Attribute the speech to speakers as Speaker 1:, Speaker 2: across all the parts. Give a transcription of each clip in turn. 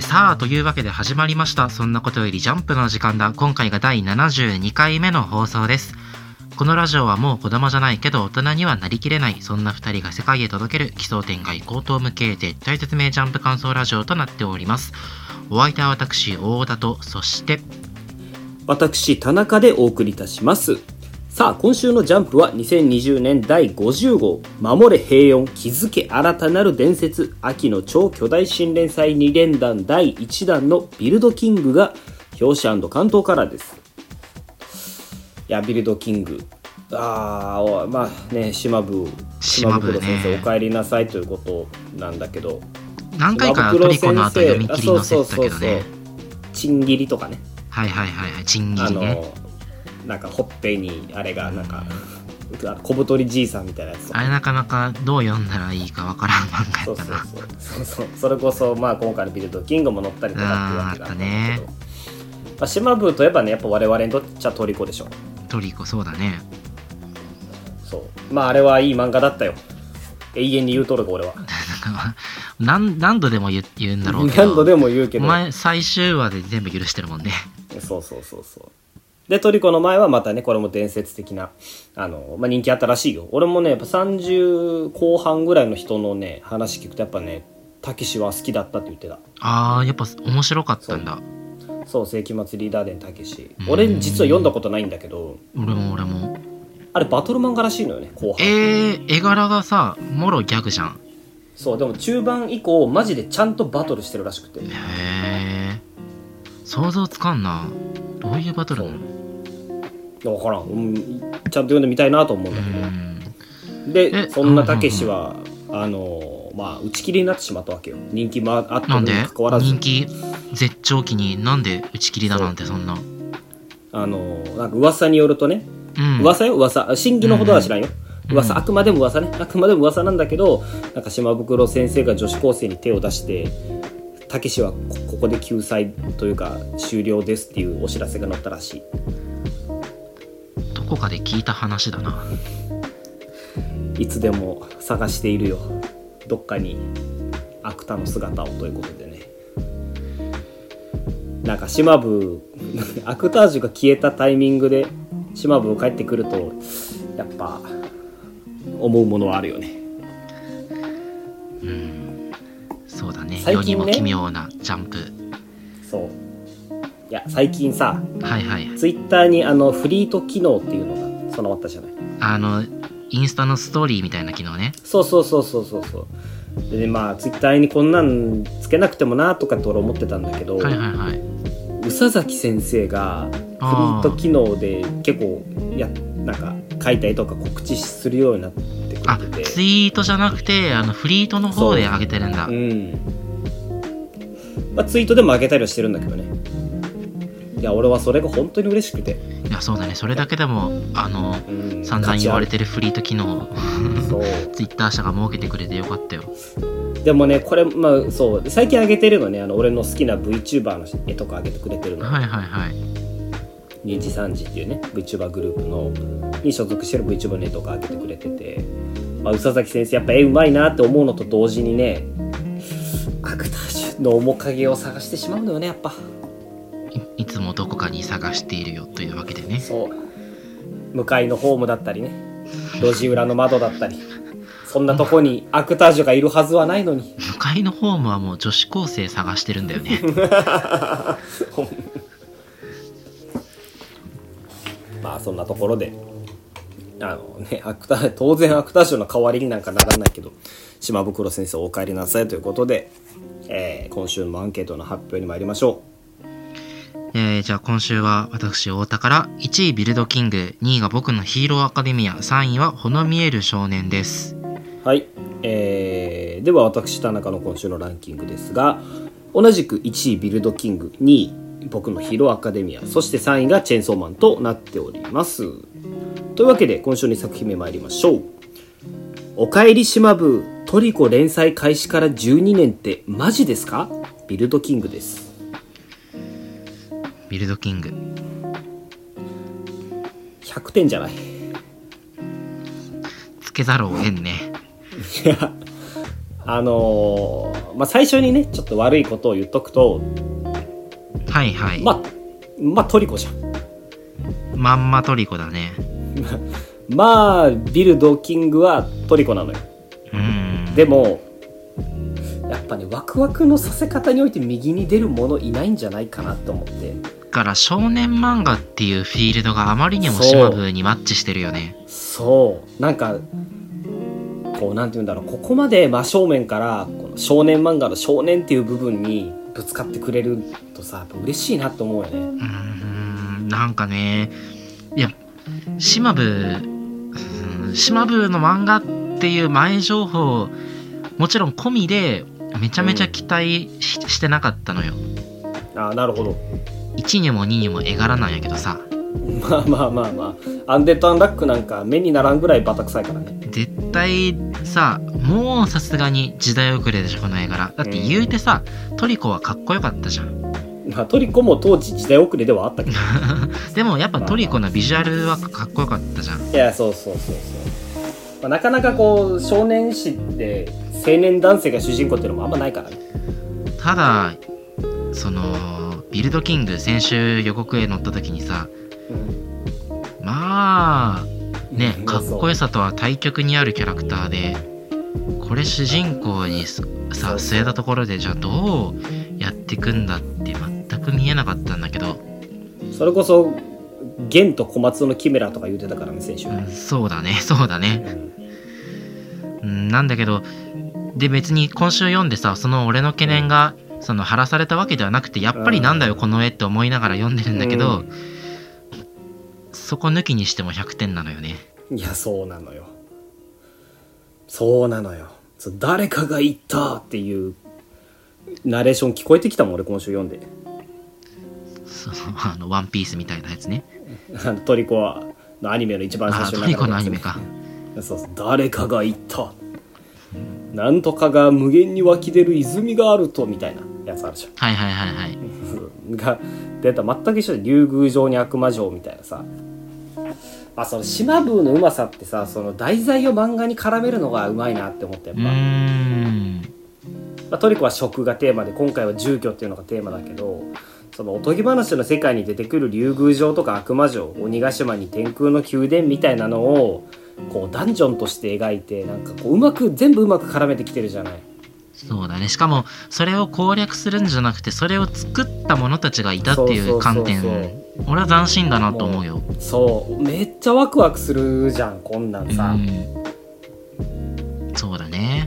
Speaker 1: さあというわけで始まりましたそんなことよりジャンプの時間だ今回が第72回目の放送ですこのラジオはもう子供じゃないけど大人にはなりきれないそんな2人が世界へ届ける奇想天外高等無形絶対説明ジャンプ感想ラジオとなっておりますお相手は私大田とそして
Speaker 2: 私田中でお送りいたしますさあ今週の「ジャンプ」は2020年第50号「守れ平穏築け新たなる伝説秋の超巨大新連載2連弾第1弾」の「ビルドキング」が表紙関東からですいやビルドキングあーおまあね島部
Speaker 1: 島部ね
Speaker 2: 黒先生おかえりなさいということなんだけど
Speaker 1: 何回か
Speaker 2: 島
Speaker 1: ト
Speaker 2: 袋
Speaker 1: リコの後
Speaker 2: 先
Speaker 1: 読
Speaker 2: 生
Speaker 1: み切り載せてたけど
Speaker 2: あそうそうそう
Speaker 1: ね
Speaker 2: そうちん切りとかね
Speaker 1: はいはいはいはいチンギ
Speaker 2: あ
Speaker 1: リね
Speaker 2: のなんかほっぺにあれがなんか、あの小太りじいさんみたいなやつと
Speaker 1: あ
Speaker 2: か
Speaker 1: れなかなかどう読んだらいいかわからん漫画
Speaker 2: そ
Speaker 1: やっ
Speaker 2: うそ
Speaker 1: た
Speaker 2: う
Speaker 1: な
Speaker 2: そうそうそうそれこそまあ今回のビルドキングも乗ったりとかっていうわけなんだけど、
Speaker 1: あーあ
Speaker 2: まあ、島部といえばねやっぱ我々にとっちゃトリコでしょ
Speaker 1: トリコそうだね
Speaker 2: そうまああれはいい漫画だったよ永遠に言うとるが俺 は
Speaker 1: なんか何何度でも言う言うんだろうけど
Speaker 2: 何度でも言うけ
Speaker 1: お
Speaker 2: ど
Speaker 1: 前最終話で全部許してるもんね
Speaker 2: そうそうそうそうでトリコの前はまたねこれも伝説的なあの、まあ、人気あったらしいよ俺もねやっぱ30後半ぐらいの人のね話聞くとやっぱねたけしは好きだったって言ってた
Speaker 1: あーやっぱ面白かったんだ
Speaker 2: そう世紀末リーダー伝たけし
Speaker 1: うん
Speaker 2: 俺実は読んだことないんだけど
Speaker 1: 俺も俺も
Speaker 2: あれバトル漫画らしいのよね後
Speaker 1: えー、
Speaker 2: 半
Speaker 1: 絵柄がさもろギャグじゃん
Speaker 2: そうでも中盤以降マジでちゃんとバトルしてるらしくて
Speaker 1: へえ想像つかんなどういうバトルなのう
Speaker 2: 分からん、うん、ちゃんと読んでみたいなと思うんだけど、
Speaker 1: んえ
Speaker 2: でそんなたけしは、あのまあ打ち切りになってしまったわけよ人気もあった
Speaker 1: な
Speaker 2: の
Speaker 1: ん
Speaker 2: に
Speaker 1: で
Speaker 2: もかかわらず
Speaker 1: 人気絶頂期になんで打ち切りだなんてそんな
Speaker 2: あのなんか噂によるとね、
Speaker 1: うん
Speaker 2: 噂よ噂真偽のほどは知らんよ、
Speaker 1: うん
Speaker 2: 噂
Speaker 1: うん
Speaker 2: あくまでも噂ねあくまでも噂なんだけどなんか島袋先生が女子高生に手を出してたけしはこここで救済というか終了ですっていうお知らせが載ったらしい
Speaker 1: どこかで聞いた話だない
Speaker 2: つでも探しているよどっかに芥の姿をということでねなんか島部 アクタージュが消えたタイミングで島部帰ってくるとやっぱ思うものはあるよね
Speaker 1: うんそうだね
Speaker 2: 最
Speaker 1: 世に
Speaker 2: 近ね
Speaker 1: も奇妙なジャンプ
Speaker 2: そういや最近さ
Speaker 1: はいはい
Speaker 2: ツイッターにあのフリート機能っていうのが備わったじゃない
Speaker 1: あのインスタのストーリーみたいな機能ね
Speaker 2: そうそうそうそうそうそうでねまあツイッターにこんなんつけなくてもなとかって俺思ってたんだけど、
Speaker 1: はいはいはいう
Speaker 2: 宇佐崎先生がフリート機能で結構やなんか書いたりとか告知するようになって
Speaker 1: あ
Speaker 2: くれて
Speaker 1: ツ
Speaker 2: て
Speaker 1: イートじゃなくてあのフリートの方で上げてるんだ
Speaker 2: うん、まあ、ツイートでも上げたりはしてるんだけどねいや俺はそれが本当に嬉しくて、
Speaker 1: いやそうだねそれだけでもあの
Speaker 2: うん、
Speaker 1: 散々言われ
Speaker 2: て
Speaker 1: てるフリート機能を
Speaker 2: そう
Speaker 1: ツイッター社が設けてくれてよかったよ
Speaker 2: でもねこれまあそう最近上げてるのねあの俺の好きな VTuber の絵とか上げてくれてるの、
Speaker 1: はいはいはい
Speaker 2: 2時3時っていうね VTuber グループのに所属してる VTuber の絵とか上げてくれてて、まあ、宇佐崎先生やっぱ絵うまいなって思うのと同時にねアクタージュの面影を探してしまうのよねやっぱ
Speaker 1: いいつもどこかに探しているよというわけで ね
Speaker 2: そう向かいのホームだったりね路地裏の窓だったりそんなとこにアクタージュがいるはずはないのに
Speaker 1: 向かいのホームはもう女子高生探してるんだよね
Speaker 2: ほん まあそんなところであのね、アクター 当然アクター賞の代わりになんかならないけど島袋先生お帰りなさいということで、えー今週のアンケートの発表に参りましょ
Speaker 1: えーじゃあ今週は私太田から1位ビルドキング2位が僕のヒーローアカデミア3位はほの見える少年です
Speaker 2: うはい、えーでは私田中の今週のランキングですが同じく1位ビルドキング2位僕のヒーローアカデミアそして3位がチェーンソーマンとなっておりますというわけで今週の2作品目参りましょうおかえり島部トリコ連載開始から12年ってマジですかビルドキングです
Speaker 1: ビルドキング
Speaker 2: 100点じゃない
Speaker 1: つけざるを得んね
Speaker 2: いやあのーまあ、最初にねちょっと悪いことを言っとくと
Speaker 1: はいはい、
Speaker 2: まあまあトリコじゃん
Speaker 1: まんまトリコだね
Speaker 2: まあビル・ドキングはトリコなのよ
Speaker 1: うん
Speaker 2: でもやっぱねワクワクのさせ方において右に出るものいないんじゃないかなと思って
Speaker 1: だから少年漫画っていうフィールドがあまりにも島風にマッチしてるよね
Speaker 2: そうなんかこうなんて言うんだろうここまで真正面からこの少年漫画の少年っていう部分にぶつかってくれるとさやっぱ嬉しいなと思うよね
Speaker 1: うーんなんかねいや島部うん島部の漫画っていう前情報もちろん込みでめちゃめちゃ期待し,、てなかったのよ
Speaker 2: あーなるほど
Speaker 1: 1にも2にも絵柄なんやけどさ
Speaker 2: まあまあまあまあアンデッド・アンラックなんか目にならんぐらいバタ臭いからね
Speaker 1: 絶対さもうさすがに時代遅れでしょこの絵柄だって言うてさトリコはかっこよかったじゃん
Speaker 2: まあトリコも当時時代遅れではあったけど
Speaker 1: でもやっぱトリコのビジュアルはかっこよかったじゃん
Speaker 2: いやそうそうそうそう、まあ、なかなかこう少年誌って青年男性が主人公っていうのもあんまないからね
Speaker 1: ただそのビルドキング先週予告へ乗った時にさまあね
Speaker 2: うん
Speaker 1: かっこよさとは対極にあるキャラクターでこれ主人公にすさ据えたところでじゃあどうやっていくんだって全く見えなかったんだけど、
Speaker 2: それこそ玄と小松のキメラとか言うてたからね先週、
Speaker 1: うんそうだね そうだねうんなんだけどで別に今週読んでさその俺の懸念がその晴らされたわけではなくてやっぱりなんだよこの絵って思いながら読んでるんだけど、
Speaker 2: う
Speaker 1: そこ抜きにしても100点なのよね
Speaker 2: いやそうなのよそうなのよそう誰かが言ったっていうナレーション聞こえてきたもん俺今週読んで
Speaker 1: そのあのワンピースみたいなやつね
Speaker 2: あのトリコのアニメの一番最
Speaker 1: あ
Speaker 2: 初
Speaker 1: ト
Speaker 2: 流れ
Speaker 1: リ
Speaker 2: てる
Speaker 1: コ
Speaker 2: やつね
Speaker 1: のアニメか
Speaker 2: そうそう誰かが言ったなんとかが無限に湧き出る泉があるとみたいなやつあるじゃん
Speaker 1: はいはいはいはい
Speaker 2: が出た全く一緒で竜宮城に悪魔城みたいなさあその島風のうまさってさその題材を漫画に絡めるのがうまいなって思ってや
Speaker 1: う
Speaker 2: っ
Speaker 1: ー
Speaker 2: ぱ、
Speaker 1: ん
Speaker 2: まあトリコは食がテーマで今回は住居っていうのがテーマだけどそのおとぎ話の世界に出てくる竜宮城とか悪魔城鬼ヶ島に天空の宮殿みたいなのをこうダンジョンとして描いてなんかこううまく全部うまく絡めてきてるじゃない
Speaker 1: そうだねしかもそれを攻略するんじゃなくてそれを作った者たちがいたってい
Speaker 2: そううそうそうそう
Speaker 1: 観点俺は斬新だなと思うよ
Speaker 2: そうめっちゃワクワクするじゃんこんなんさ、
Speaker 1: うん、そうだね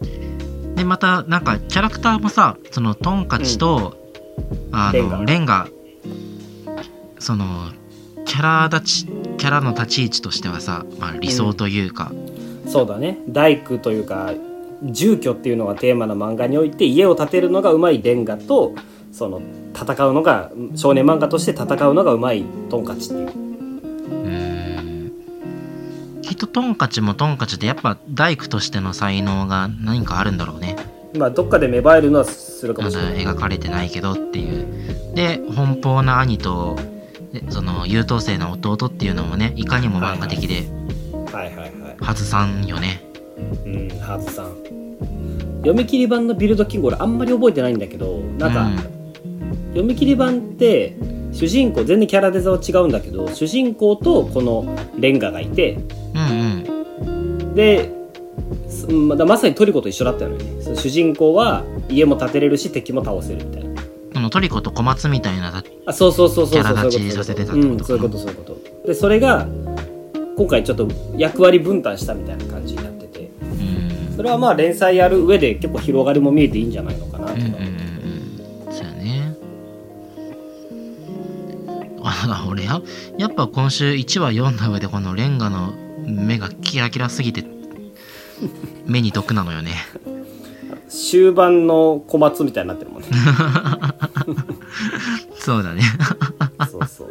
Speaker 1: うんでまたなんかキャラクターもさそのトンカチと、あ
Speaker 2: レンガ
Speaker 1: のレンガそのキャラ立ちキャラの立ち位置としてはさ、まあ、理想というか、
Speaker 2: そうだね大工というか住居っていうのがテーマの漫画において家を建てるのがうまいレンガとその戦うのが少年漫画として戦うのがうまいトンカチっていう
Speaker 1: うんきっとトンカチもトンカチでやっぱ大工としての才能が何かあるんだろうね
Speaker 2: まあどっかで芽生えるのはするか
Speaker 1: ま
Speaker 2: もしれ
Speaker 1: だ
Speaker 2: ない、
Speaker 1: 描かれてないけどっていうで奔放な兄とでその優等生の弟っていうのもねいかにも漫画的で
Speaker 2: はいはいはい
Speaker 1: 外さんよね
Speaker 2: うんハーズさん読み切り版のビルドキング俺あんまり覚えてないんだけどなんか、読み切り版って主人公全然キャラデザは違うんだけど主人公とこのレンガがいて
Speaker 1: うん、うんうん
Speaker 2: ですまだまさにトリコと一緒だったよねその主人公は家も建てれるし敵も倒せるみたいな
Speaker 1: そのトリコと小松みたいなだ
Speaker 2: あそうそうそうそ
Speaker 1: キ
Speaker 2: う
Speaker 1: ャ
Speaker 2: そう
Speaker 1: ラ
Speaker 2: そう
Speaker 1: 立
Speaker 2: い
Speaker 1: ち
Speaker 2: う
Speaker 1: さ
Speaker 2: こ
Speaker 1: せてた
Speaker 2: と
Speaker 1: ってことかな
Speaker 2: うんそういうことそういうことでそれが今回ちょっと役割分担したみたいな感じになってて
Speaker 1: うん
Speaker 2: それはまあ連載やる上で結構広がりも見えていいんじゃないのかなと
Speaker 1: うん
Speaker 2: か、
Speaker 1: うんうんうんそうやねあだから俺ややっぱ今週1話読んだ上でこのレンガの目がキラキラすぎて目に毒なのよね
Speaker 2: 終盤の小松みたいになって るもんね
Speaker 1: そうだね
Speaker 2: そうそう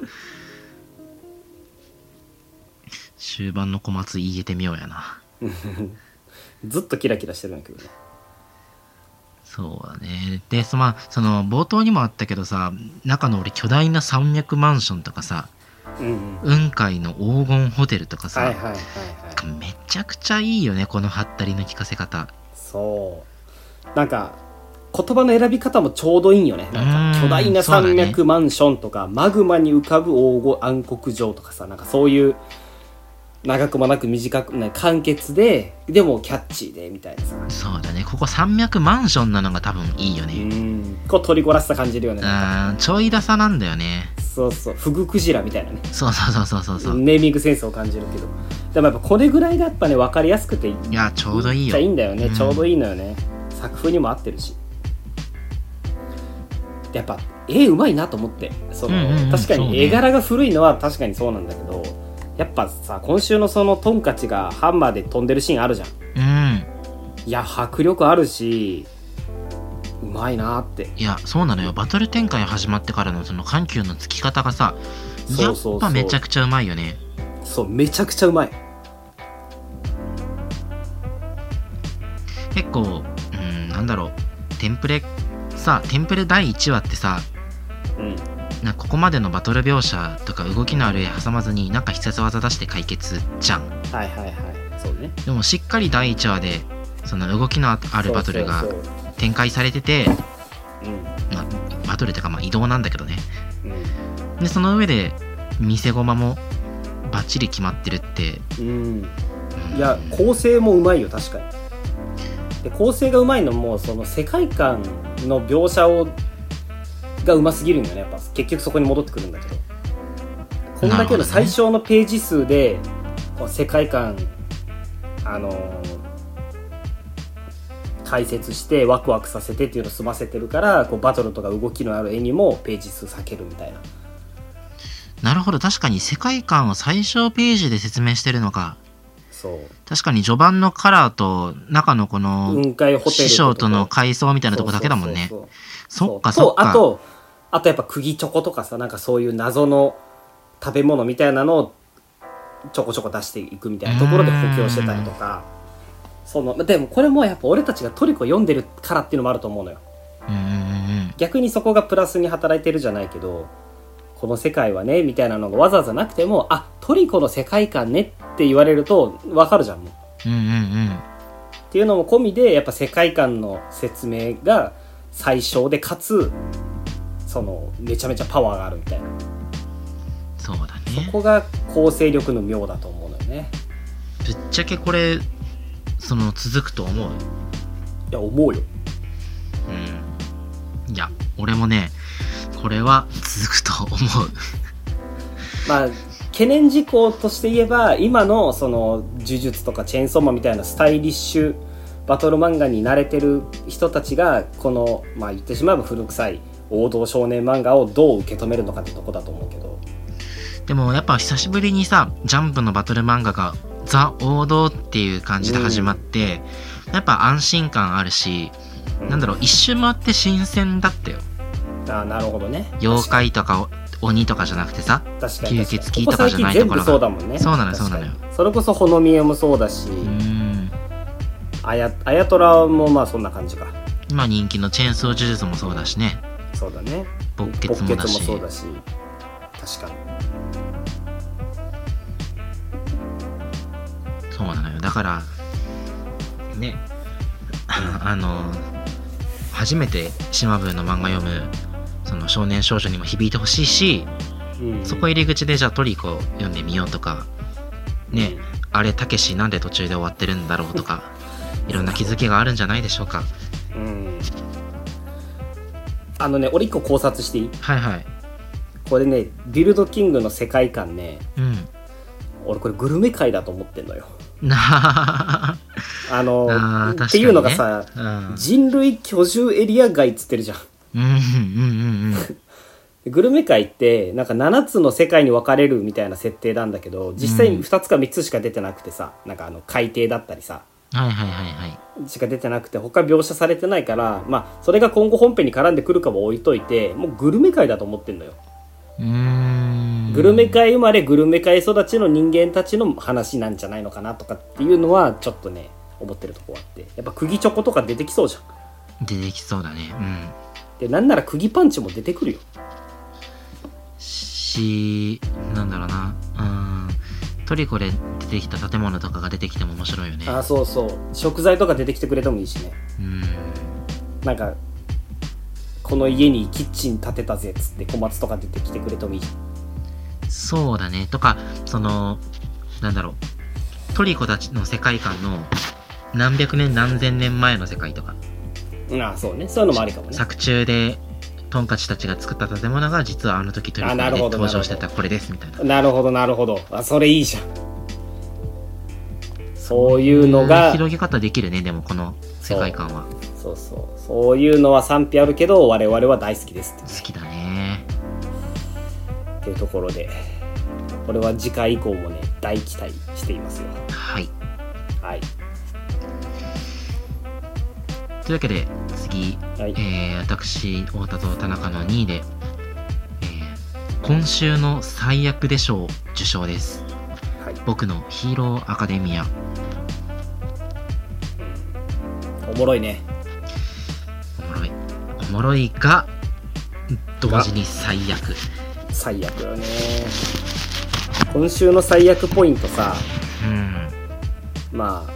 Speaker 1: 終盤の小松言えてみようやな
Speaker 2: ずっとキラキラしてるんだけどね
Speaker 1: そうだね。で、そまあ、その冒頭にもあったけどさ、中の俺巨大な山脈マンションとかさ、
Speaker 2: うんうん
Speaker 1: 雲海の黄金ホテルとかさ、
Speaker 2: はいはいはいはい
Speaker 1: めちゃくちゃいいよねこのハったりの聞かせ方
Speaker 2: そうなんか言葉の選び方もちょうどいいんよねなん
Speaker 1: う
Speaker 2: か
Speaker 1: ん
Speaker 2: 巨大な
Speaker 1: そうだ
Speaker 2: 山
Speaker 1: ね
Speaker 2: 脈マンションとか、マグマに浮かぶ黄金暗黒城とかさなんかそういう長くもなく短くない簡潔ででもキャッチーでみたいなさ
Speaker 1: そうだねここ山脈マンションなのが多分いいよ
Speaker 2: う
Speaker 1: ね
Speaker 2: んこう取りこらせた感じるよねなんか
Speaker 1: あーちょいださなんだよね
Speaker 2: そうそうフグクジラみたいなね
Speaker 1: そうそうそうそうそうそう
Speaker 2: ネーミングセンスを感じるけどでもやっぱこれぐらいがやっぱね分かりやすくていい
Speaker 1: いやちょうどいい
Speaker 2: めっちゃいい
Speaker 1: よ
Speaker 2: んだよね、
Speaker 1: うん
Speaker 2: ちょうどいいのよね作風にも合ってるしでやっぱ絵うまいなと思ってその、
Speaker 1: うんうんうん
Speaker 2: 確か
Speaker 1: そう
Speaker 2: に
Speaker 1: ね
Speaker 2: 絵柄が古いのは確かにそうなんだけどやっぱさ今週のそのトンカチがハンマーで飛んでるシーンあるじゃん
Speaker 1: うん
Speaker 2: いや迫力あるしうまいなって
Speaker 1: いやそうなのよバトル展開始まってからのその緩急のつき方がさや
Speaker 2: そうそう
Speaker 1: っ
Speaker 2: そう
Speaker 1: ぱめちゃくちゃうまいよね
Speaker 2: そうめちゃくちゃうまい
Speaker 1: 結構うんなんだろうテンプレさテンプレ第1話ってさ
Speaker 2: うん
Speaker 1: なんかここまでのバトル描写とか動きのある絵挟まずになんか必殺技出して解決じゃん
Speaker 2: はいはいはいそうね
Speaker 1: でもしっかり第1話でその動きのあるバトルが
Speaker 2: そうそうそう
Speaker 1: 展開されててまあバトルというかまあ移動なんだけどね
Speaker 2: うん
Speaker 1: でその上で見せ駒もバッチリ決まってるって、
Speaker 2: うん、うん
Speaker 1: うん
Speaker 2: いや構成もうまいよ確かにで構成がうまいのもその世界観の描写をがうますぎるんだよねやっぱ結局そこに戻ってくるんだけどこんだ
Speaker 1: なるほ
Speaker 2: け
Speaker 1: どね
Speaker 2: の最小のページ数で、こう世界観あのー解説してワクワクさせてっていうのを済ませてるからこうバトルとか動きのある絵にもページ数避けるみたいな
Speaker 1: なるほど確かに世界観を最小ページで説明してるのか
Speaker 2: そう
Speaker 1: 確かに序盤のカラーと中のこの
Speaker 2: 雲海ホテルか
Speaker 1: 師匠との階層みたいなとこだけだもんね
Speaker 2: そうそうそうそう
Speaker 1: そっか
Speaker 2: そう
Speaker 1: そっか
Speaker 2: あとあとやっぱ釘チョコとかさなんかそういう謎の食べ物みたいなのをちょこちょこ出していくみたいなところで補強してたりとかそのでもこれもやっぱ俺たちがトリコ読んでるからっていうのもあると思うのよ
Speaker 1: うんうんうん
Speaker 2: 逆にそこがプラスに働いてるじゃないけどこの世界はねみたいなのがわざわざなくてもあトリコの世界観ねって言われるとわかるじゃんもう
Speaker 1: うんうんうん
Speaker 2: っていうのも込みでやっぱ世界観の説明が最小でかつそのめちゃめちゃパワーがあるみたいな
Speaker 1: そうだ
Speaker 2: こ
Speaker 1: ね
Speaker 2: こが構成力の妙だと思うのよね
Speaker 1: ぶっちゃけこれその続くと思う
Speaker 2: いや思うよ
Speaker 1: うんいや俺もねこれは続くと思う
Speaker 2: まあ懸念事項として言えば今のその呪術とかチェーンソーマンみたいなスタイリッシュバトル漫画に慣れてる人たちがこのまあ言ってしまえば古臭い王道少年漫画をどう受け止めるのかってとこだと思うけど
Speaker 1: でもやっぱ久しぶりにさジャンプのバトル漫画がザ王道っていう感じで始まって、やっぱ安心感あるし、なんだ
Speaker 2: ろ
Speaker 1: ろう一周回って新鮮だったよ
Speaker 2: うああなるほどね
Speaker 1: 妖怪とかお鬼とかじゃなくてさ
Speaker 2: 確かに
Speaker 1: 吸血鬼とかじゃないところが
Speaker 2: ここ最近全部そうだもんね
Speaker 1: そうなのよ
Speaker 2: 確かに
Speaker 1: そうな
Speaker 2: それこそほのみえもそうだし
Speaker 1: うん
Speaker 2: あやあやとらもまあそんな感じか
Speaker 1: 今人気のチェーンソー呪術もそうだしね
Speaker 2: そうだね
Speaker 1: 勃
Speaker 2: ポ
Speaker 1: 血
Speaker 2: ッケ
Speaker 1: もだ
Speaker 2: ツも
Speaker 1: し
Speaker 2: そうだし確かに
Speaker 1: そうなのよだからね あの初めて島文の漫画読むその少年少女にも響いてほしいし
Speaker 2: うん
Speaker 1: そこ入り口でじゃあトリコ読んでみようとかねあれたけしなんで途中で終わってるんだろうと かいろんな気づきがあるんじゃないでしょうか
Speaker 2: うん、あのね俺一個考察していい
Speaker 1: はいはい
Speaker 2: これねビルドキングの世界観ね
Speaker 1: うん
Speaker 2: 俺これグルメ界だと思ってんのよ
Speaker 1: なあ
Speaker 2: あの
Speaker 1: あー確かにね
Speaker 2: っていうのがさ
Speaker 1: うん
Speaker 2: 人類居住エリア外っつってるじゃん
Speaker 1: うんうんうんうん
Speaker 2: グルメ界ってなんか7つの世界に分かれるみたいな設定なんだけど実際に2つか3つしか出てなくてさ、なんかあの海底だったりさ
Speaker 1: はいはいはいはい
Speaker 2: しか出てなくて他描写されてないからまあそれが今後本編に絡んでくるかも置いといてもうグルメ界だと思ってんのよ、
Speaker 1: うーん
Speaker 2: グルメ界生まれグルメ界育ちの人間たちの話なんじゃないのかなとかっていうのはちょっとね思ってるとこはあってやっぱ釘チョコとか出てきそうじゃん
Speaker 1: 出てきそうだねうん
Speaker 2: でなんなら釘パンチも出てくるよ
Speaker 1: しなんだろうなうんトリコで出てきた建物とかが出てきても面白いよね
Speaker 2: あそうそう食材とか出てきてくれてもいいしね
Speaker 1: うん
Speaker 2: なんかこの家にキッチン建てたぜっつって小松とか出てきてくれてもいい
Speaker 1: そうだねとかそのなんだろうトリコたちの世界観の何百年何千年前の世界とか
Speaker 2: ああそうねそういうのもありかもね
Speaker 1: 作中でトンカチたちが作った建物が実はあの時トリコ
Speaker 2: あな
Speaker 1: で
Speaker 2: るほど
Speaker 1: 登場してたこれですみたいな
Speaker 2: なるほどなるほどあそれいいじゃんそういうの
Speaker 1: うん
Speaker 2: が
Speaker 1: 広げ方できるねでもこの世界観は
Speaker 2: そうそうそういうのは賛否あるけど我々は大好きですって
Speaker 1: 好きだね
Speaker 2: っていうところでこれは次回以降もね大期待していますよ
Speaker 1: はい
Speaker 2: はい
Speaker 1: というわけで次、
Speaker 2: はい
Speaker 1: えー私太田と田中の2位で、えー今週の最悪で賞受賞です
Speaker 2: はい
Speaker 1: 僕のヒーローアカデミア
Speaker 2: おもろいね
Speaker 1: おもろいおもろいが同時に最悪
Speaker 2: 最悪だね今週の最悪ポイントさ
Speaker 1: うん
Speaker 2: ま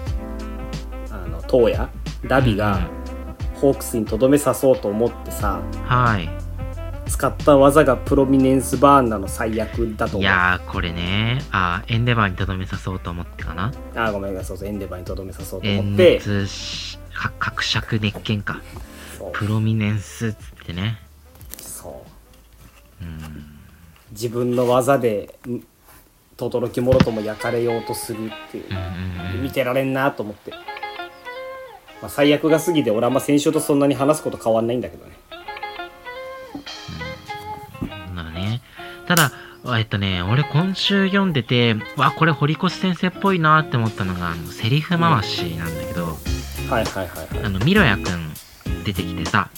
Speaker 2: ああのトーヤダビがホークスにとどめさそうと思ってさ
Speaker 1: はい
Speaker 2: 使った技がプロミネンスバーンなの最悪だと
Speaker 1: い
Speaker 2: 思う
Speaker 1: やーこれねあーエンデバーにとどめさそうと思ってかな
Speaker 2: あごめんなさいそうそうエンデバーにとどめさそうと思
Speaker 1: 演
Speaker 2: って
Speaker 1: 熱しか伯爵熱拳か
Speaker 2: そう
Speaker 1: プロミネンスっつってね
Speaker 2: そう
Speaker 1: うん
Speaker 2: 自分の技でん轟もろとも焼かれようとするっていう
Speaker 1: うんうんうん
Speaker 2: 見てられんなと思って、まあ、最悪が過ぎて俺はあんま先週とそんなに話すこと変わんないんだけどね
Speaker 1: だね。ただ、えっとね、俺今週読んでて、わ、これ堀越先生っぽいなって思ったのが、あの、セリフ回しなんだけど、
Speaker 2: はいはいはい
Speaker 1: あ
Speaker 2: は
Speaker 1: の、ミロヤくん出てきてさ、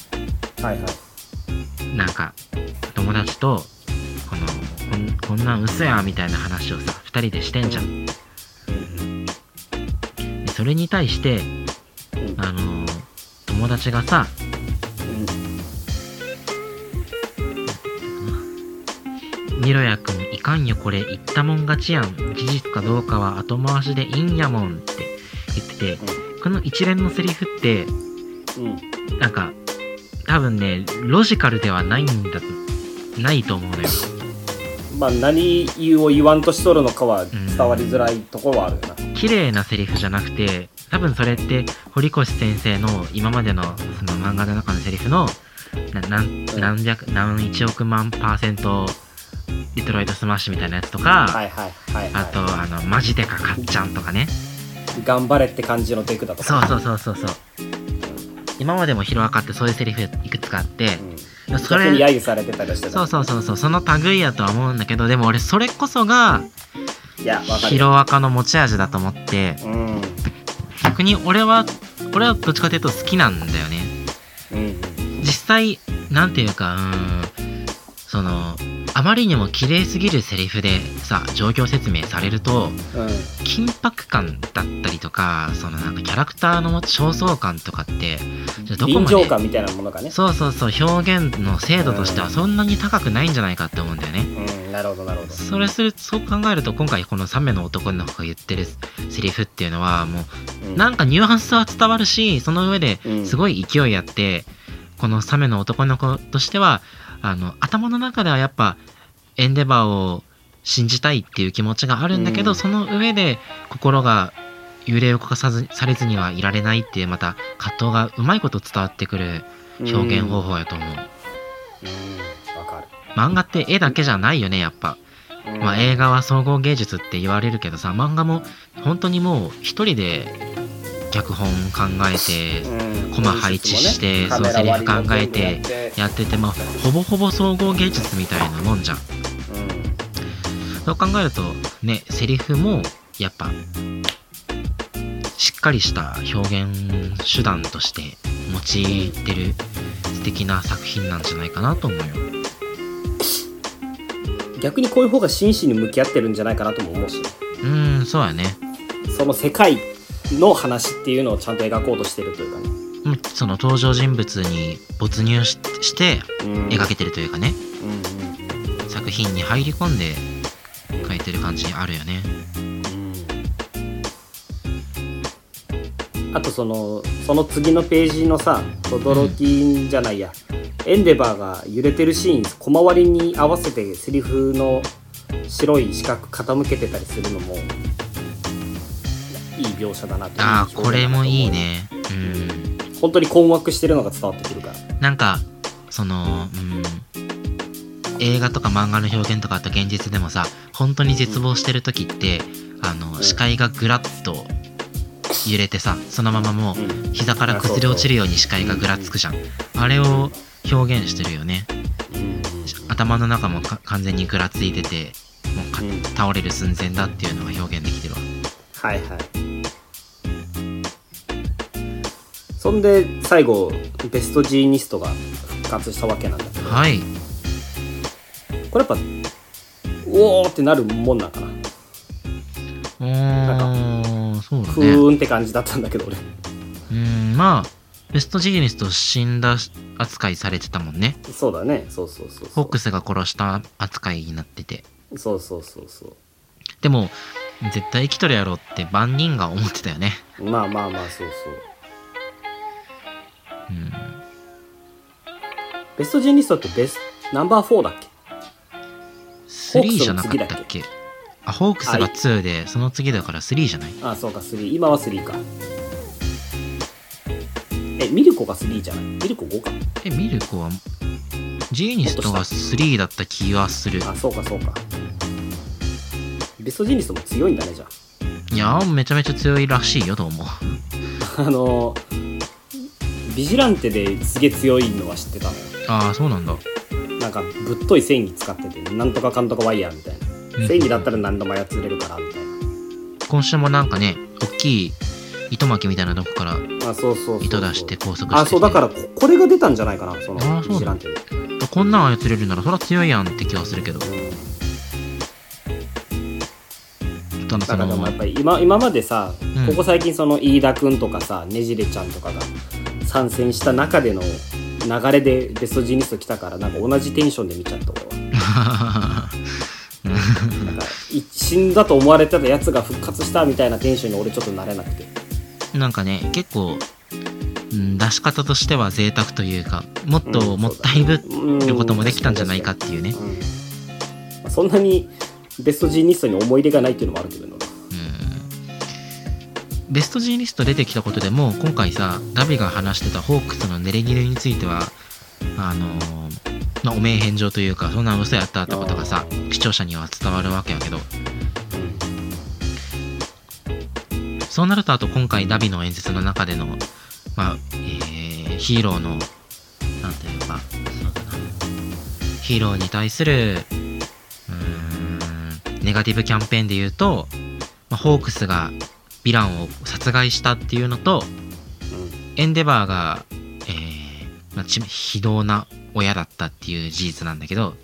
Speaker 2: いはいはい
Speaker 1: なんか、友達と、この、こんこんなん嘘や、みたいな話をさ、二人でしてんじゃん。でそれに対して、
Speaker 2: うん
Speaker 1: あの友達がさ、ミロヤくんいかんよこれ言ったもん勝ちやん事実かどうかは後回しでいいんやもんって言っててこの一連のセリフって
Speaker 2: うんうん
Speaker 1: なんか多分ねロジカルではないんだないと思うのよ
Speaker 2: まあ何を言わんとしとるのかは伝わりづらいところはあるよな
Speaker 1: 綺麗なセリフじゃなくて多分それって堀越先生の今までのその漫画の中のセリフのな何何百何一億万パーセントデトロイトスマッシュみたいなやつとか、
Speaker 2: はいはいはい
Speaker 1: あと
Speaker 2: は
Speaker 1: あのマジでかかっちゃんとかね
Speaker 2: い頑張れって感じのテクだと
Speaker 1: そう
Speaker 2: か
Speaker 1: そうそうそうそう今までもヒロアカってそういうセリフいくつかあって、
Speaker 2: うん
Speaker 1: そ
Speaker 2: 逆に揶
Speaker 1: れ
Speaker 2: 揄されてたりはしてた
Speaker 1: そうそうそうそうその類やとは思うんだけどでも俺それこそが
Speaker 2: いやわか
Speaker 1: ヒ
Speaker 2: る
Speaker 1: ロアカの持ち味だと思って
Speaker 2: うん
Speaker 1: 逆に俺は俺はどっちかというと好きなんだよね
Speaker 2: うん
Speaker 1: 実際なんていうかうーんそのあまりにも綺麗すぎるセリフでさ状況説明されると
Speaker 2: うん
Speaker 1: 緊迫感だったりとかそのなんかキャラクターの持つ焦燥感とかってじゃあどこま
Speaker 2: 臨
Speaker 1: で
Speaker 2: 場感みたいなものがね
Speaker 1: そうそうそう表現の精度としてはそんなに高くないんじゃないかって思うんだよね
Speaker 2: うんなるほどなるほど
Speaker 1: それするそう考えると今回この3名の男の子が言ってるセリフっていうのはも
Speaker 2: う
Speaker 1: うんなんかニュアンスは伝わるしその上で
Speaker 2: うん
Speaker 1: すごい勢いあってこの3名の男の子としてはあの頭の中ではやっぱエンデバーを信じたいっていう気持ちがあるんだけど、
Speaker 2: うん
Speaker 1: その上で心が揺れ動かさずされずにはいられないっていうまた葛藤がうまいこと伝わってくる表現方法やと思う。
Speaker 2: うんわかる
Speaker 1: 漫画って絵だけじゃないよねやっぱ、
Speaker 2: うん
Speaker 1: まあ、映画は総合芸術って言われるけどさ漫画も本当にもう一人で脚本考えて
Speaker 2: うん
Speaker 1: コマ配置して
Speaker 2: 演出も
Speaker 1: そ
Speaker 2: ね
Speaker 1: う
Speaker 2: カメラ割りも
Speaker 1: セリフ考えて
Speaker 2: 全部やって
Speaker 1: やっててまあほぼほぼ総合芸術みたいなもんじゃんそう考えるとねセリフもやっぱしっかりした表現手段として用いてる素敵な作品なんじゃないかなと思うよ
Speaker 2: うん逆にこういう方が真摯に向き合ってるんじゃないかなとも思うし
Speaker 1: うんそうやね
Speaker 2: その世界の話っていうのをちゃんと描こうとしてるというかね
Speaker 1: うんその登場人物に没入しして
Speaker 2: うん
Speaker 1: 描けてるというかね
Speaker 2: うんうんうん
Speaker 1: 作品に入り込んで書いてる感じあるよね
Speaker 2: あとそのその次のページのさ轟きじゃないや、エンデバーが揺れてるシーン小回りに合わせてセリフの白い四角傾けてたりするのもいい描写だなって
Speaker 1: ああこれもいいねうん
Speaker 2: 本当に困惑してるのが伝わってくるから
Speaker 1: なんかそのうん映画とか漫画の表現とかあと現実でもさ本当に絶望してる時ってあ
Speaker 2: う
Speaker 1: の
Speaker 2: ん
Speaker 1: 視界がぐらっと揺れてさそのままもう
Speaker 2: うん
Speaker 1: 膝から崩れ落ちるように視界がぐらつくじゃんあれを表現してるよね頭の中もか完全にぐらついててもうか
Speaker 2: うん
Speaker 1: 倒れる寸前だっていうのが表現できてるわ
Speaker 2: はいはいそんで最後ベストジーニストが復活したわけなんだけど、
Speaker 1: はい
Speaker 2: これやっぱおおってなるもんなんかな
Speaker 1: おーそうだ
Speaker 2: ふ
Speaker 1: ね
Speaker 2: ーんって感じだったんだけど俺
Speaker 1: うんまあベストジーニスと死んだ扱いされてたもんね
Speaker 2: そうだねそうそうそう
Speaker 1: フ
Speaker 2: そ
Speaker 1: ォックスが殺した扱いになってて
Speaker 2: うそうそうそうそう
Speaker 1: でも絶対生きとるやろって万人が思ってたよね
Speaker 2: まあまあまあそうそう
Speaker 1: うん
Speaker 2: ベストジーニストってベスナンバー4だっけ
Speaker 1: 3じゃなかったっけあホークス
Speaker 2: あ
Speaker 1: が
Speaker 2: い
Speaker 1: 2でその次だから3じゃない
Speaker 2: あそうか3今は3かえミルコが3じゃないミルコ5か
Speaker 1: えミルコはジーニストが3だった気はする
Speaker 2: あそうかそうかベストジーニストも強いんだねじゃ
Speaker 1: いやめちゃめちゃ強いらしいよどうも
Speaker 2: ああのビジランテですげえ強いのは知ってたのよ
Speaker 1: ああそうなんだ
Speaker 2: なんかぶっとい繊維使っててなんとかかんとかワイヤーみたい
Speaker 1: うん
Speaker 2: な繊維だったら何でも操れるからみたい
Speaker 1: 今週もなんかね大きい糸巻きみたいなとこから
Speaker 2: なあそうそうそうそう
Speaker 1: 糸出して拘束してて
Speaker 2: あそうだからここれが出たんじゃないかなそ
Speaker 1: あ
Speaker 2: の
Speaker 1: そうだ
Speaker 2: ビジランテで
Speaker 1: こんなん操れるならそら強いやんって気はするけどただ
Speaker 2: な
Speaker 1: そ
Speaker 2: んか
Speaker 1: の
Speaker 2: でもやっぱり今今までさ、
Speaker 1: うん
Speaker 2: ここ最近その飯田君とかさねじれちゃんとかが参戦した中での流れでベストジーニスト来たからなんか同じテンションで見ちゃった俺はなんかい死んだと思われてたやつが復活したみたいなテンションに俺ちょっとなれなくて
Speaker 1: なんかね結構、うん、出し方としては贅沢というかもっともったいぶっ
Speaker 2: うん
Speaker 1: てこともできたんじゃないかっ、ていうね
Speaker 2: うん、まあそんなにベストジーニストに思い入れがないっていうのもあるけど
Speaker 1: う
Speaker 2: な
Speaker 1: んベストジーニスト出てきたことでもう今回さダビが話してたホークスのネレギレについてはあのーまあ、お名返上というかそんな嘘やったってことがさ
Speaker 2: あー
Speaker 1: 視聴者には伝わるわけやけどそうなるとあと今回ダビの演説の中での、まあえーヒーローのなんていうかそうだなヒーローに対するうーんネガティブキャンペーンで言うと、まあ、ホークスがヴィランを殺害したっていうのとエンデバーが、えーまあ、ち非道な親だったっていう事実なんだけど
Speaker 2: うんうん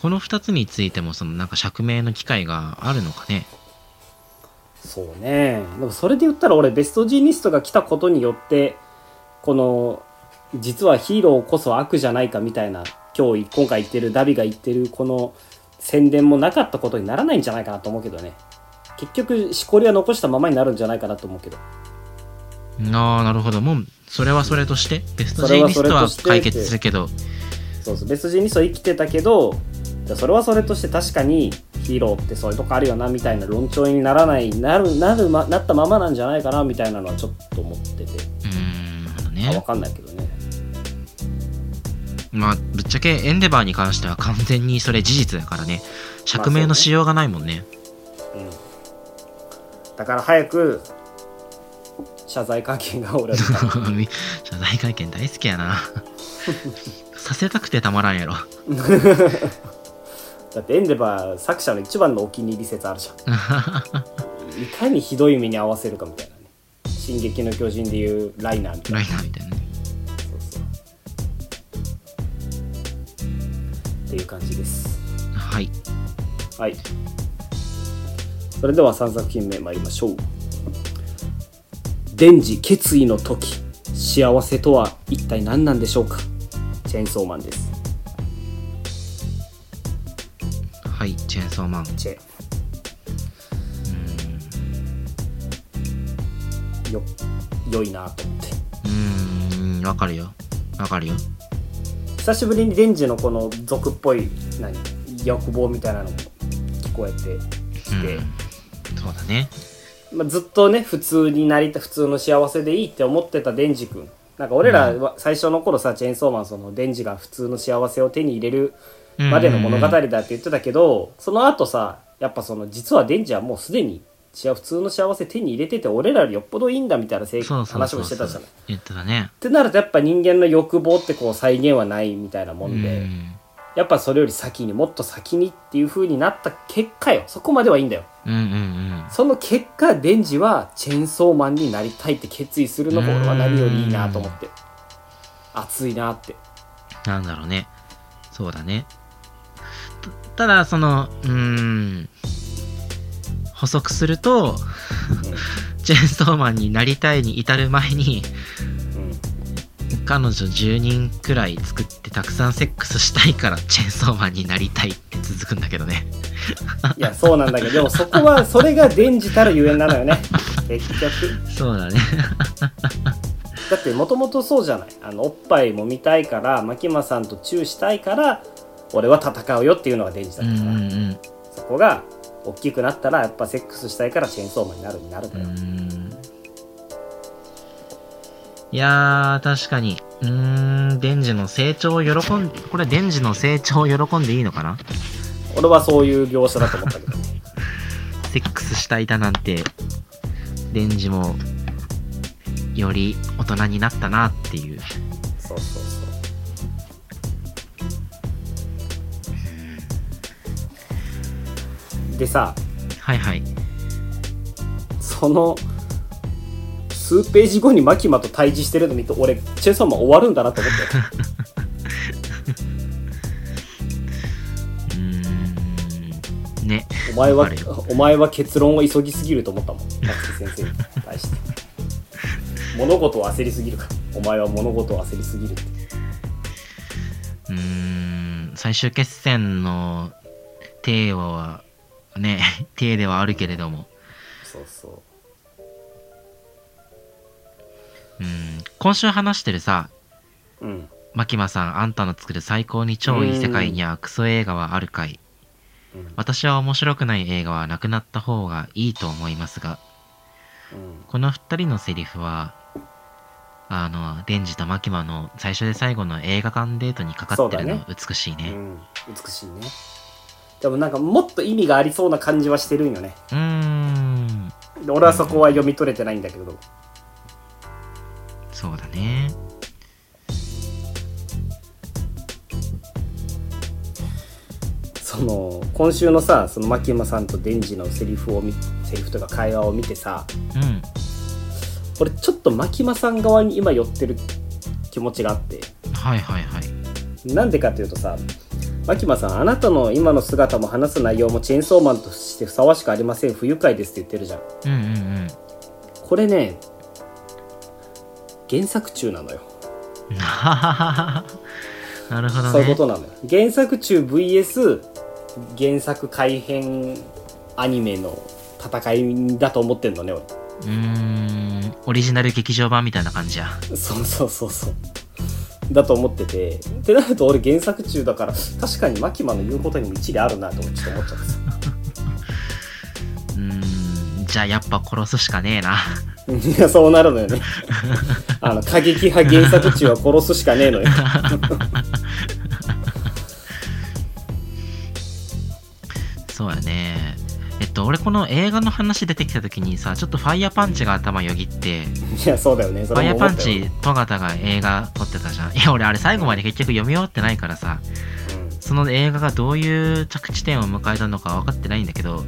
Speaker 1: この2つについてもそのなんか釈明の機会があるのかね
Speaker 2: そうねでもそれで言ったら俺ベストジーニストが来たことによってこの実はヒーローこそ悪じゃないかみたいな今日今回言ってるダビが言ってるこの宣伝もなかったことにならないんじゃないかなと思うけどね結局しこりは残したままになるんじゃないかなと思うけど
Speaker 1: ああなるほどもうそれはそれとしてベスト
Speaker 2: そ
Speaker 1: ジ
Speaker 2: れ
Speaker 1: ー
Speaker 2: は
Speaker 1: ニ
Speaker 2: そ
Speaker 1: ス
Speaker 2: れ
Speaker 1: ト
Speaker 2: と
Speaker 1: は
Speaker 2: して
Speaker 1: 解決するけど
Speaker 2: そうそうベストジーニストは生きてたけどじゃあそれはそれとして確かにヒーローってそういうとこあるよなみたいな論調にならないなるなる、ま、なったままなんじゃないかなみたいなのはちょっと思ってて
Speaker 1: うーんなるほど
Speaker 2: あ分
Speaker 1: ね
Speaker 2: かんないけどね
Speaker 1: まあぶっちゃけエンデバーに関しては完全にそれ事実だからね釈明のしようがないもんね,、
Speaker 2: うんだから早く謝罪会見が俺は 見たい
Speaker 1: 謝罪会見大好きや なさせたくてたまらんやろ
Speaker 2: だってエンデバー作者の一番のお気に入り説あるじゃんいかにひどい目に合わせるかみたいなね「進撃の巨人」でいうライナーみたいな
Speaker 1: ライナーみたいなね
Speaker 2: そうそうっていう感じです
Speaker 1: はい
Speaker 2: はいそれでは3作品目参りましょう「デンジ決意の時幸せとは一体何なんでしょうか?」チェーンソーマンです
Speaker 1: はいチェーンソーマン
Speaker 2: チェよ良いなと思って
Speaker 1: うんうーんわかるよわかるよ
Speaker 2: 久しぶりにデンジのこの俗っぽい何欲望みたいなのも聞こえてきて、
Speaker 1: うんそうだね
Speaker 2: まあ、ずっとね普通になりた普通の幸せでいいって思ってたデンジ君なんか俺らは最初の頃さ、チェーンソーマンそのデンジが普通の幸せを手に入れるまでの物語だって言ってたけど、その後さやっぱその実はデンジはもうすでに幸普通の幸せ手に入れてて俺らよりよっぽどいいんだみたいなせい
Speaker 1: そうそう
Speaker 2: 話
Speaker 1: そう
Speaker 2: もし
Speaker 1: そ
Speaker 2: て
Speaker 1: う
Speaker 2: たじゃない。っ
Speaker 1: 言ってたね
Speaker 2: てなるとやっぱ人間の欲望ってこう再現はないみたいなもんで、
Speaker 1: うん
Speaker 2: やっぱそれより先にもっと先にっていう風になった結果よそこまではいいんだよ
Speaker 1: うんうん
Speaker 2: その結果デンジはチェーンソーマンになりたいって決意するのが俺は何よりいいなと思って熱いなって
Speaker 1: なんだろうねそうだねたただそのうーん補足するとチェーンソーマンになりたいに至る前に
Speaker 2: うん、うん
Speaker 1: 彼女10人くらい作ってたくさんセックスしたいからチェーンソーマンになりたいって続くんだけどね
Speaker 2: いやそうなんだけどでもそこはそれがデンジたるゆえんな のよね結局
Speaker 1: そうだね
Speaker 2: だってもともとそうじゃないあのおっぱいもみたいから牧間さんとチューしたいから俺は戦うよっていうのがデンジだ
Speaker 1: う
Speaker 2: っ
Speaker 1: んう
Speaker 2: たから、
Speaker 1: ん
Speaker 2: そこが大きくなったらやっぱセックスしたいからチェーンソーマンになるになるん
Speaker 1: う
Speaker 2: だよ、
Speaker 1: んいやー確かにうーんデンジの成長を喜んこれデンジの成長を喜んでいいのかな
Speaker 2: 俺はそういう描写だと思ったけどね
Speaker 1: セックスしたいだなんてデンジもより大人になったなっていう
Speaker 2: そうそうそうでさ
Speaker 1: はいはい
Speaker 2: その数ページ後にマキマと対峙してるの見て俺チェンソーマン終わるんだなと思ったよ
Speaker 1: うーんね
Speaker 2: お前は
Speaker 1: わ かるよ
Speaker 2: お前は結論を急ぎすぎると思ったもん夏木先生に対して 物事を焦りすぎるからお前は物事を焦りすぎるって
Speaker 1: うーん最終決戦の帝王はね 帝ではあるけれども
Speaker 2: そうそう
Speaker 1: ーん今週話してるさ
Speaker 2: ううん
Speaker 1: 牧間さんあんたの作る最高に超いい世界にはクソ映画はあるかい
Speaker 2: うんうん
Speaker 1: 私は面白くない映画はなくなった方がいいと思いますがこの2人のセリフはあのデンジとマキマの最初で最後の映画館デートにかかってる
Speaker 2: そう
Speaker 1: の
Speaker 2: だ
Speaker 1: 美しいね
Speaker 2: う。ん美しいねでもなんかもっと意味がありそうな感じはしてるんよね
Speaker 1: うーん
Speaker 2: で俺はそこは読み取れてないんだけど
Speaker 1: そうだね。
Speaker 2: その今週のさその牧山さんとデンジのセリフを見セリフとか会話を見てさ
Speaker 1: うん
Speaker 2: 俺ちょっと牧間さん側に今寄ってる気持ちがあって
Speaker 1: はいはいはい。
Speaker 2: なんでかというとさ牧間さんあなたの今の姿も話す内容もチェーンソーマンとしてふさわしくありません不愉快ですって言ってるじゃ
Speaker 1: う
Speaker 2: ん
Speaker 1: んうんうん。
Speaker 2: これね原作中なのよ
Speaker 1: なるほどね。
Speaker 2: そういうことなのよ原作中 VS 原作改編アニメの戦いだと思ってんのね俺
Speaker 1: うーんオリジナル劇場版みたいな感じや。
Speaker 2: そうそうそうそうだと思っててってなると俺原作中だから確かにマキマの言うことにも一理あるなとちょっと思っちゃったさ
Speaker 1: うーんじゃあやっぱ殺すしかねえな。
Speaker 2: いやそうなるの よねあの過激派原作中は殺すしかねえのよ
Speaker 1: そうやね。えっと俺この映画の話出てきた時にさちょっとファイヤーパンチが頭よぎって。
Speaker 2: いやそうだよねそ
Speaker 1: ファイ
Speaker 2: れ
Speaker 1: ヤ
Speaker 2: も
Speaker 1: ー
Speaker 2: 思
Speaker 1: パン
Speaker 2: ったよ
Speaker 1: チ、戸方が映画撮ってたじゃん。いや、俺、あれ最後まで結局読み終わってないからさ、その映画がどういう着地点を迎えたのか分かってないんだけど、
Speaker 2: うんうん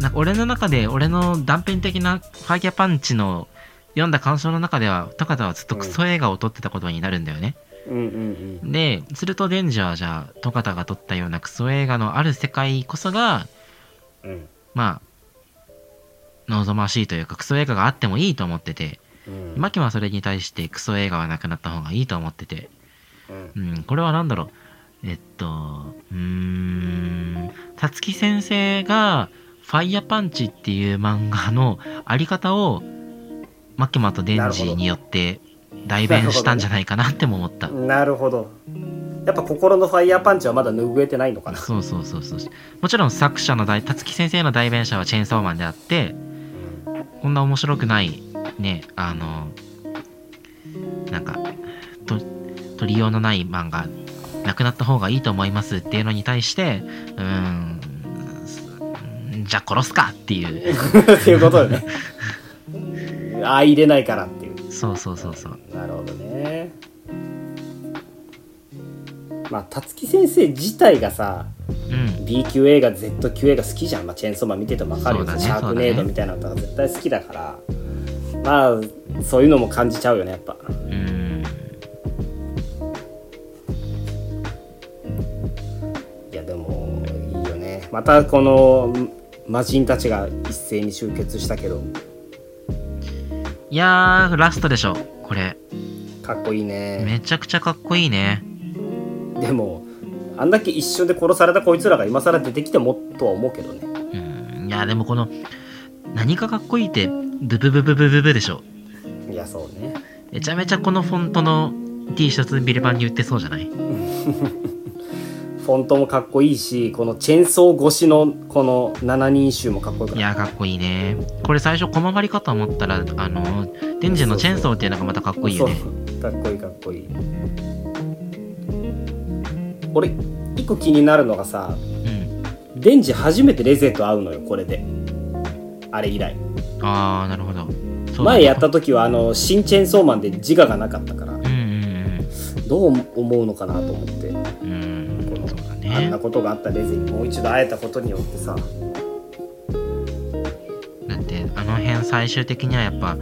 Speaker 1: なんか俺の中で、俺の断片的なファイヤーパンチの読んだ感想の中では、戸方はずっとクソ映画を撮ってたことになるんだよね。
Speaker 2: うんうん
Speaker 1: で、するとデンジャーはじゃあ、戸方が撮ったようなクソ映画のある世界こそが、
Speaker 2: うんうん
Speaker 1: まあ、望ましいというか、クソ映画があってもいいと思ってて、
Speaker 2: うん
Speaker 1: マキマはそれに対してクソ映画はなくなった方がいいと思ってて、
Speaker 2: うん
Speaker 1: うん、これは何だろうえっと、うーん、たつき先生が、ファイヤーパンチっていう漫画のあり方を、マキマとデンジによって代弁したんじゃないかなっても思った。
Speaker 2: なるほどやっぱ心のファイヤーパンチはまだ拭えてないのかな
Speaker 1: そうそうそうそう。もちろん作者の代、たつき先生の代弁者はチェーンソーマンであって、こんな面白くない、ね、あの、なんか、と、取りようのない漫画、なくなった方がいいと思いますっていうのに対して、うーん、じゃあ殺すかっていう。
Speaker 2: っていうことよねああ入れないからっていう
Speaker 1: そうそうそうそう。
Speaker 2: なるほどねまあ辰木先生自体がさ
Speaker 1: うん。
Speaker 2: B 級映画 Z 級映画好きじゃん、まあ、チェーンソーマン見てても分かるよ、
Speaker 1: そうだね
Speaker 2: シャークネードみたいなのとか絶対好きだからまあそういうのも感じちゃうよねやっぱ
Speaker 1: うん。
Speaker 2: いやでもいいよねまたこの魔人たちが一斉に集結したけど
Speaker 1: いやー、ラストでしょ、これ。
Speaker 2: かっこいいね
Speaker 1: めちゃくちゃかっこいいね。
Speaker 2: でもあんだけ一瞬で殺されたこいつらが今更出てきてもとは思うけどね
Speaker 1: うん。いやー、でもこの、何かかっこいいって、ブブブブブブブでしょ。
Speaker 2: いやそうね
Speaker 1: めちゃめちゃこのフォントの T シャツビル版に売ってそうじゃない
Speaker 2: フォントもかっこいいしこのチェーンソー越しのこの7人集もかっこよく
Speaker 1: い
Speaker 2: な
Speaker 1: やー
Speaker 2: い
Speaker 1: かっこいいねこれ最初小回りかと思ったらあのーデンジのチェーンソーっていうのがまたかっこいいよね
Speaker 2: そうかっこいいかっこいい俺一個気になるのがさ
Speaker 1: うん
Speaker 2: デンジ初めてレゼと会うのよこれであれ以来
Speaker 1: ああなるほどそうだね
Speaker 2: 前やった時はあの新チェーンソーマンで自我がなかったから
Speaker 1: うん
Speaker 2: どう思うのかなと思って
Speaker 1: うんうんうんそうだ
Speaker 2: あん
Speaker 1: ね
Speaker 2: なことがあったレゼにもう一度会えたことによってさ
Speaker 1: だってあの辺最終的にはやっぱ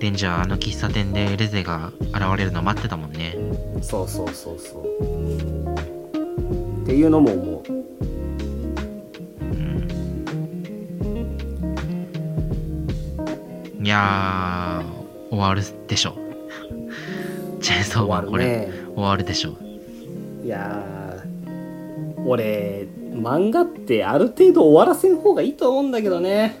Speaker 1: デンジはあの喫茶店でレゼが現れるの待ってたもんね
Speaker 2: そうそうそうそうっていうのも思う
Speaker 1: いやー終わるでしょ チェーンソーマンこれ
Speaker 2: ね
Speaker 1: 終わるでしょ
Speaker 2: いやー俺漫画ってある程度終わらせん方がいいと思うんだけどね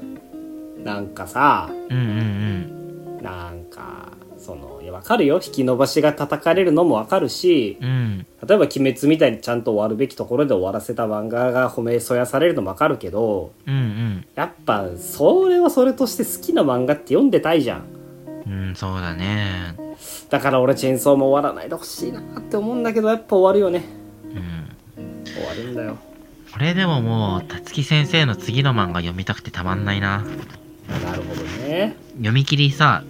Speaker 2: なんかさ
Speaker 1: うんうん
Speaker 2: なんかそのいやわかるよ引き伸ばしが叩かれるのもわかるし
Speaker 1: うんうん
Speaker 2: 例えば「鬼滅」みたいにちゃんと終わるべきところで終わらせた漫画が褒めそやされるのもわかるけど
Speaker 1: うん
Speaker 2: やっぱそれはそれとして好きな漫画って読んでたいじゃん
Speaker 1: うんうんそうだね
Speaker 2: だから俺チェーンソーも終わらないでほしいなって思うんだけどやっぱ終わるよね
Speaker 1: うん
Speaker 2: 終わるんだよ
Speaker 1: これでももうたつき先生の次の漫画読みたくてたまんないな
Speaker 2: なるほどね
Speaker 1: 読み切りさ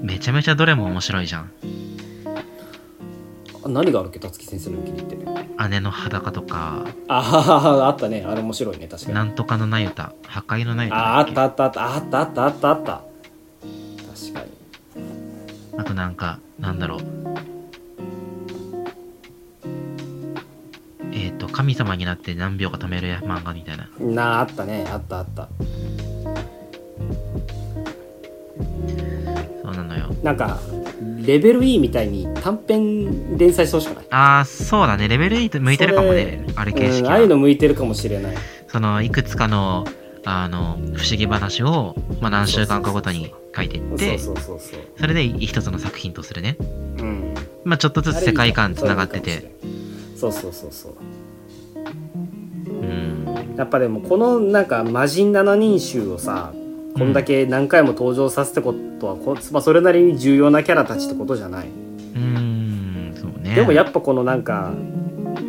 Speaker 1: めちゃめちゃどれも面白いじゃん
Speaker 2: あ何があるっけたつき先生の気に入ってる
Speaker 1: 姉の裸とか
Speaker 2: あああったねあれ面白いね確かに
Speaker 1: なんとかのなゆた破壊のなゆた
Speaker 2: ああ
Speaker 1: だっ
Speaker 2: っ
Speaker 1: け
Speaker 2: たあったあったあったあったあったあった確かに
Speaker 1: あとなんかなんだろうえっ、と神様になって何秒か止める漫画みたいな
Speaker 2: なああったねあったあった
Speaker 1: そうなのよ
Speaker 2: なんかレベル E みたいに短編連載してほしくない
Speaker 1: ああそうだねレベル8向いてるかもねあれ形式
Speaker 2: うん、
Speaker 1: は
Speaker 2: ああいうの向いてるかもしれない
Speaker 1: そのいくつかのあの不思議話を、まあ、何週間かごとに書いていって
Speaker 2: そうそうそうそう
Speaker 1: それで一つの作品とするね、
Speaker 2: うん
Speaker 1: まあ、ちょっとずつ世界観つながって
Speaker 2: あれいい
Speaker 1: て
Speaker 2: かもしれないそうそうそうそう
Speaker 1: うん
Speaker 2: やっぱでもこのなんか魔人7人衆をさこんだけ何回も登場させてことはこ、まあ、それなりに重要なキャラたちってことじゃない、
Speaker 1: うんそうね
Speaker 2: でもやっぱこのなんか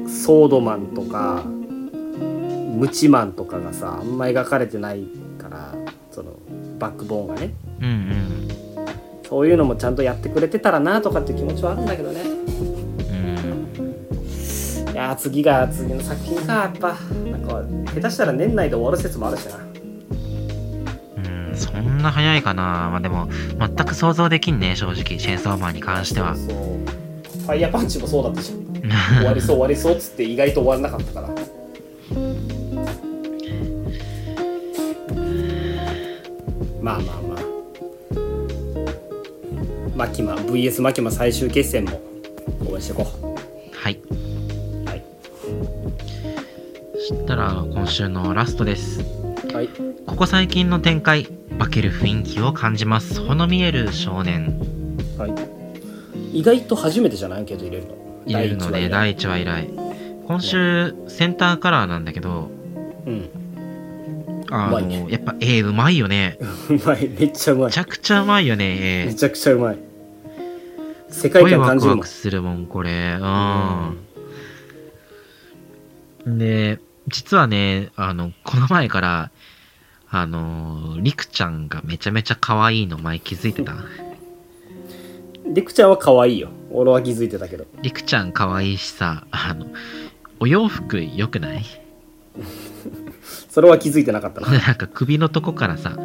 Speaker 2: ソードマンとかムチマンとかがさあんま描かれてないからそのバックボーンがね
Speaker 1: うんうん
Speaker 2: そういうのもちゃんとやってくれてたらなとかっていう気持ちはあるんだけどね
Speaker 1: うん
Speaker 2: いやー次が次の作品かやっぱなんか下手したら年内で終わる説もあるしな
Speaker 1: うんそんな早いかなまあでも全く想像できんね正直チェーンソーマンに関しては
Speaker 2: そうファイヤーパンチもそうだったじゃん終わりそう終わりそうっつって意外と終わらなかったからまあまあまあマキマ VS マキマ最終決戦も応援していこ
Speaker 1: はい
Speaker 2: はい
Speaker 1: したら今週のラストです
Speaker 2: はい。
Speaker 1: ここ最近の展開化ける雰囲気を感じますほの見える少年
Speaker 2: はい。意外と初めてじゃないけど入れるの。
Speaker 1: いるので
Speaker 2: 第
Speaker 1: 第1話以来今週センターカラーなんだけど
Speaker 2: 一話ね
Speaker 1: あ
Speaker 2: うまいね
Speaker 1: のやっぱ絵うまいよね
Speaker 2: うん。うまい。めっちゃうま
Speaker 1: め
Speaker 2: い
Speaker 1: ち。ゃくちゃうまいよ
Speaker 2: め
Speaker 1: ね
Speaker 2: ちゃくちゃうまい。世
Speaker 1: 絵
Speaker 2: 界
Speaker 1: 声
Speaker 2: 観
Speaker 1: ワ
Speaker 2: 感じ
Speaker 1: ク
Speaker 2: る
Speaker 1: ワ
Speaker 2: もん
Speaker 1: ク。するもんこれうんで実はねあのこの前からあのりくちゃんがめちゃめちゃ可愛いの前気づいてた
Speaker 2: りくちゃんは可愛いよ。俺は気づいてたけど。
Speaker 1: りくちゃん可愛いしさあのお洋服良くない
Speaker 2: それは気づいてなかったな。
Speaker 1: なんか首のとこからさ